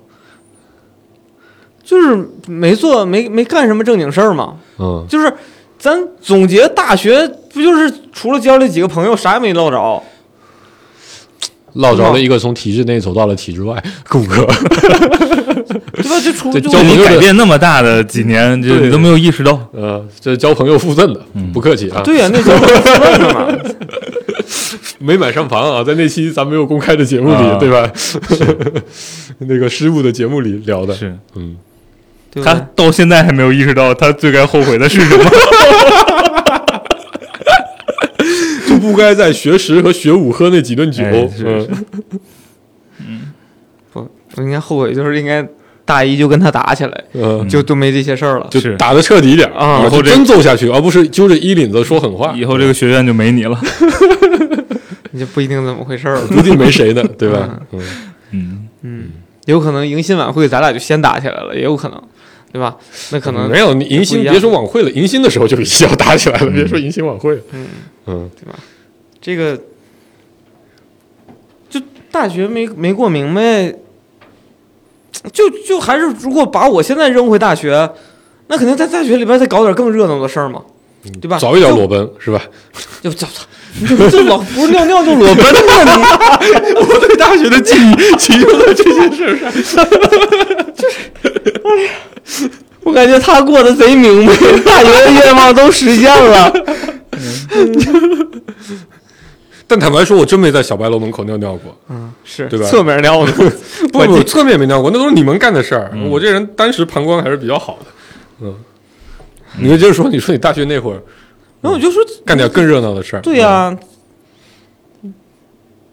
就是没做没没干什么正经事儿嘛，
嗯，
就是咱总结大学不就是除了交了几个朋友，啥也没捞着。
落着了一个从体制内走到了体制外，骨骼。
对吧？就除
对
就
交
就
朋
你
友的
改变那么大的几年，就
对
你都没有意识到，
[laughs] 呃，这交朋友附赠的，
嗯
不客气啊。
对呀、那时候我问了
[laughs]
嘛，
没买上房啊，在那期咱没有公开的节目里，
啊
对吧？ [laughs] 那个失误的节目里聊的，
是
嗯，
对
他
吧？
到现在还没有意识到他最该后悔的是什么。
就不该在学十和学五喝那几顿酒。
哎是
嗯，
不，我应该后悔，就是应该大一就跟他打起来，
嗯
就都没这些事儿了。
就是打的彻底点
啊
以
以后
后
这
真揍下去，而不是揪着衣领子说狠话，
以后这个学院就没你了。
你就不一定怎么回事儿了。
[laughs] 不定没谁呢，对吧？嗯，
嗯，
嗯，有可能迎新晚会咱俩就先打起来了，也有可能，对吧？那可能
嗯没有，你迎新
不一样
别说晚会了，迎新的时候就已经要打起来了，别说迎新晚会了，
嗯，
嗯，
这个就大学没没过明白，就就还是如果把我现在扔回大学，那肯定在大学里边再搞点更热闹的事儿嘛，对吧？
嗯早一点
就
裸奔是吧？
就就 [laughs] 就就老不是尿尿就裸奔了，你
[laughs] 我对大学的记忆集中在这件事儿上，
我感觉他过得贼明白，大学的愿望都实现了。
但坦白说，我真没在小白楼门口尿尿过。
嗯，是
对吧
侧面尿的，
不不，侧面没尿过，那都是你们干的事儿。
嗯
我这人当时膀胱还是比较好的，嗯。你就接着说，你说你大学那会儿
[laughs] 然后我就说，
干点更热闹的事儿，
对呀、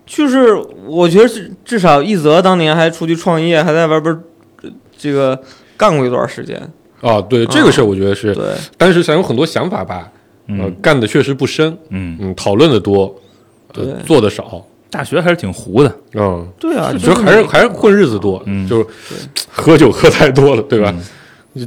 就是我觉得至至少一泽当年还出去创业，还在外边儿呃这个干过一段时间。
嗯啊，对这个事儿，我觉得是
对，嗯
当时想有很多想法吧，呃，干的确实不深，
[laughs] 嗯，
嗯，讨论的多，呃
对，
做的少，
大学还是挺糊的。
嗯，
对啊，
觉得还是还是混日子多，
嗯
就是喝酒喝太多了，对吧？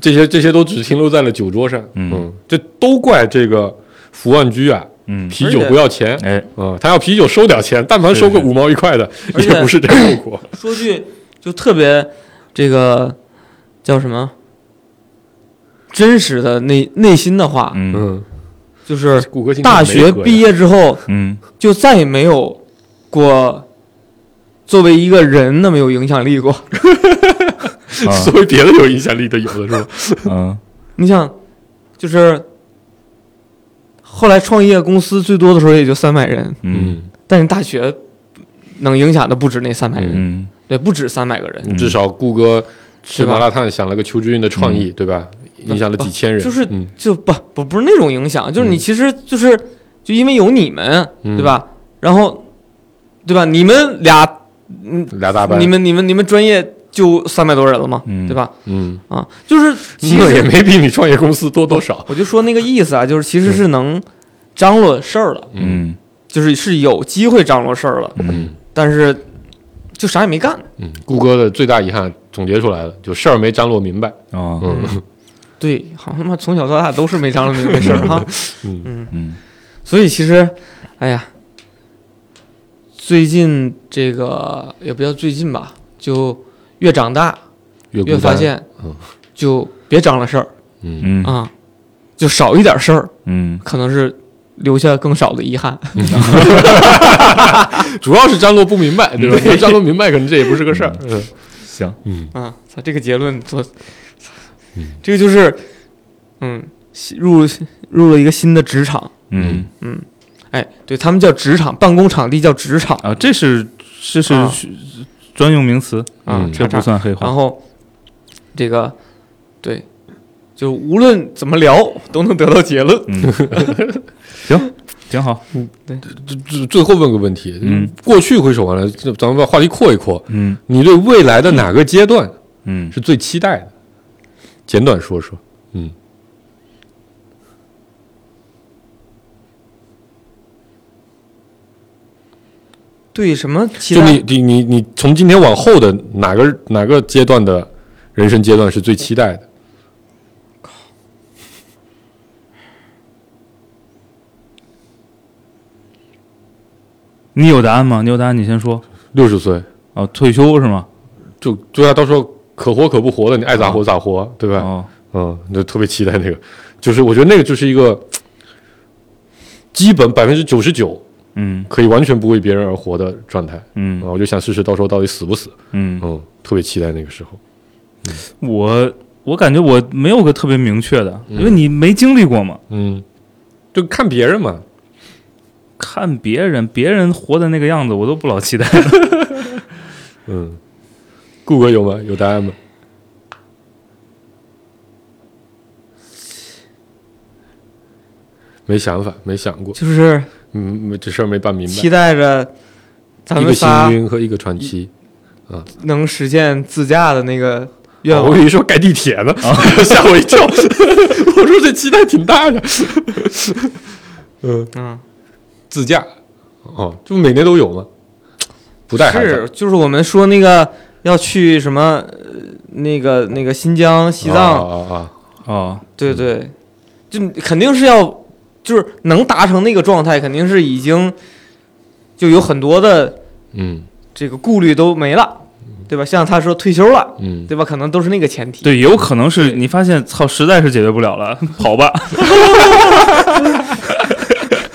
这些这些都只停留在了酒桌上。
嗯
这都怪这个福万居啊，
嗯，
啤酒不要钱。
哎，
啊、他要啤酒收点钱，但凡收
是是
个
哎
五毛一块的，
而且
也不是这个后果。
说句就特别这个叫什么真实的内内心的
[laughs]
话，
嗯
嗯，
就是
骨骼
大学毕
业，
业之后
嗯
就再也没有过作为一个人那么有影响力过。 [laughs]
啊
嗯所谓别的有影响力的有的是吧？
嗯
你想，就是后来创业公司最多的时候也就三百人，
嗯
但是大学能影响的不止那三百人，
嗯
对，不止三百个人。
嗯，至少顾哥吃
是吧
麻辣烫想了个邱志运的创
嗯
意，对吧？影响了几千人，
就是
嗯
就不不不是那种影响，就是你其实就是就因为有你们，
嗯
对吧？然后，对吧？你们俩，嗯，
俩大班，
你们你们你们专业就三百多人了嘛，
嗯
对吧？
嗯，
啊，就是其
那
实
也没比你创业公司多多少。
我就说那个意思啊，就是其实是能张罗事儿了，
嗯
就是是有机会张罗事儿了，
嗯
但是就啥也没干。
嗯，顾哥的最大遗憾总结出来了，就事儿没张罗明白。
啊
嗯
对，好他妈从小到大都是没张罗明白事儿哈。
嗯
嗯
[laughs] 所以其实，哎呀，最近这个也不叫最近吧，就越长大
越孤
越发，
单
现
嗯，
就别张罗事儿
嗯，
嗯
啊，就少一点事儿，
嗯
可能是留下更少的遗憾。
主要是张罗不明白，嗯对吧？张罗明白，可能这也不是个事儿。嗯
行
嗯
啊，操，这个结论做，这个就是，嗯，新入入了一个新的职场，
嗯
哎，对他们叫职场，办公场地叫职场
啊，这是这是
啊
专用名词，
啊
嗯，
这
叉
不
叉
算黑话
然。后这个对，就无论怎么聊都能得到结论。
嗯，行，挺好。
最最后问个问题，
嗯，
过去回首完了，这咱们把话题扩一扩，
嗯
你对未来的哪个阶段
嗯，
是最期待的？简短说说。嗯
对什么期
就你
待？
你你你从今天往后的哪个哪个阶段的人生阶段是最期待的？
你有答案吗？你有答案，你先说。
六十岁，
哦，退休是吗？
就对啊，到时候可活可不活的，你爱
啊
咋活咋活，对吧？
哦，
嗯，就特别期待那个，就是我觉得那个就是一个基本百分之九十九
嗯
可以完全不为别人而活的状态啊、
嗯
我就想试试到时候到底死不死，
嗯，
嗯，特别期待那个时候。
我我感觉我没有个特别明确的，因为你没经历过嘛。
嗯，就看别人嘛，
看别人，别人活的那个样子，我都不老期待。 [laughs]
嗯，顾哥有吗？有答案吗？没想法，没想过，
就是
嗯，没这事儿没办明
期
白。
待着咱
一
们
个幸
仨
运和一个传奇。
能实现自驾的那个愿
哦我
望。
跟你说盖地铁呢，
啊
[laughs] 吓我一跳。我说这期待挺大的。嗯，
嗯，
自驾，哦，这不每年都有吗？不带孩
是
子，
就是我们说那个要去什么呃那个那个新疆、西藏，
啊啊啊！
哦，
对
嗯
对，就肯定是要就是能达成那个状态，肯定是已经就有很多的
嗯
这个顾虑都没了，对吧？像他说退休了，
嗯，
对吧？可能都是那个前提。
对，也有可能是你发现，操，实在是解决不了了，跑吧。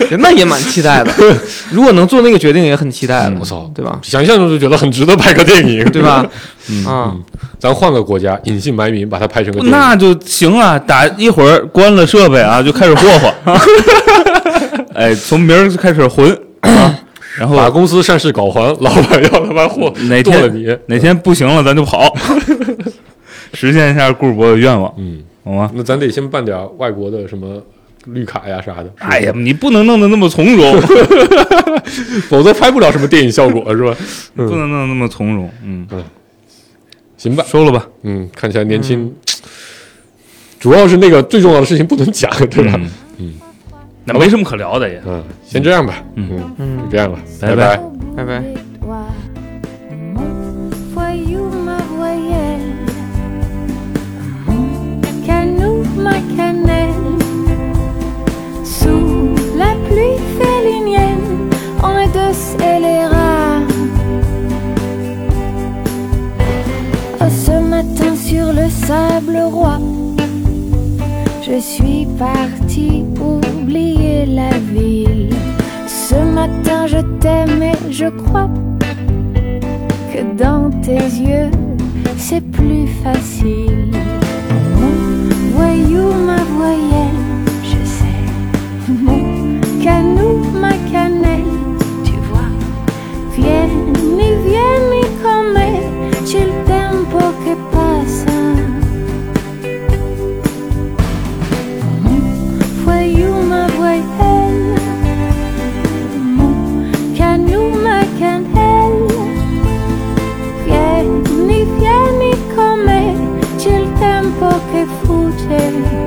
对，那也蛮期待的。
[laughs]
如果能做那个决定，也很期待的。
我操
对吧？
想象中就觉得很值得拍个电影，
对？
[laughs]
吧？
嗯
啊，
咱换个国家，隐姓埋名把它拍成个电影。
那就行啊，打一会儿关了设备啊，就开始霍 [laughs] 霍。哎，从明儿就开始混，啊、然后
把公司善事搞黄，老板要他妈货
哪
剁了
天
你。
哪天不行了，咱就跑，实现一下顾博的愿望，
嗯，
好吗？
那咱得先办点外国的什么绿卡呀啥的，
哎呀，你不能弄得那么从容，
否则拍不了什么电影效果，是吧？
不能弄得那么从容。嗯，
行吧，
收了吧。
嗯，看起来年轻，主要是那个最重要的事情不能讲，对吧？
嗯，那没什么可聊的也。
嗯，先这样吧，
嗯
嗯，就
嗯，
这样了，
拜
拜
拜
拜
拜
Voyou ma voyelle, cannelle. Sous la pluie félinienne, on est deux scélérats. Oh, ce matin sur le sable roi, je suis parti oublier la ville. Ce matin je t'aime et je crois que dans tes yeux c'est plus facile. Mon voyou, ma voyelle, je sais. Mon canou, ma cannelle, tu vois. Vieni, vieni con me, c'è il tempo che passa. Mon voyou, ma voyelle, mon canou, ma cannelle. Vieni, vieni con me, c'è il tempo che fugge.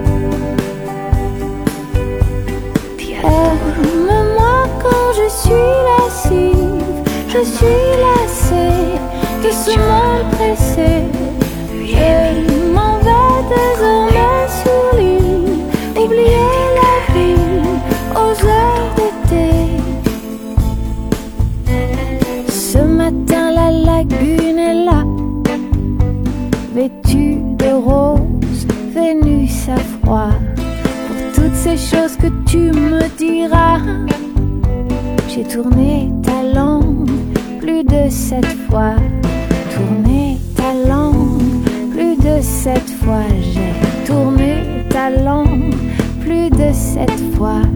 Aime-moi quand je suis lascive, je suis lassée de ce monde pressé. Je m'en vais désormais sur l'île, oublier la ville aux heures d'été. Ce matin, la lagune est là, vêtue de rose, Vénus à froid. Pour toutes ces choses que tu me diras, j'ai tourné ta langue plus de sept fois. Tourné ta langue plus de sept fois. J'ai tourné ta langue plus de sept fois.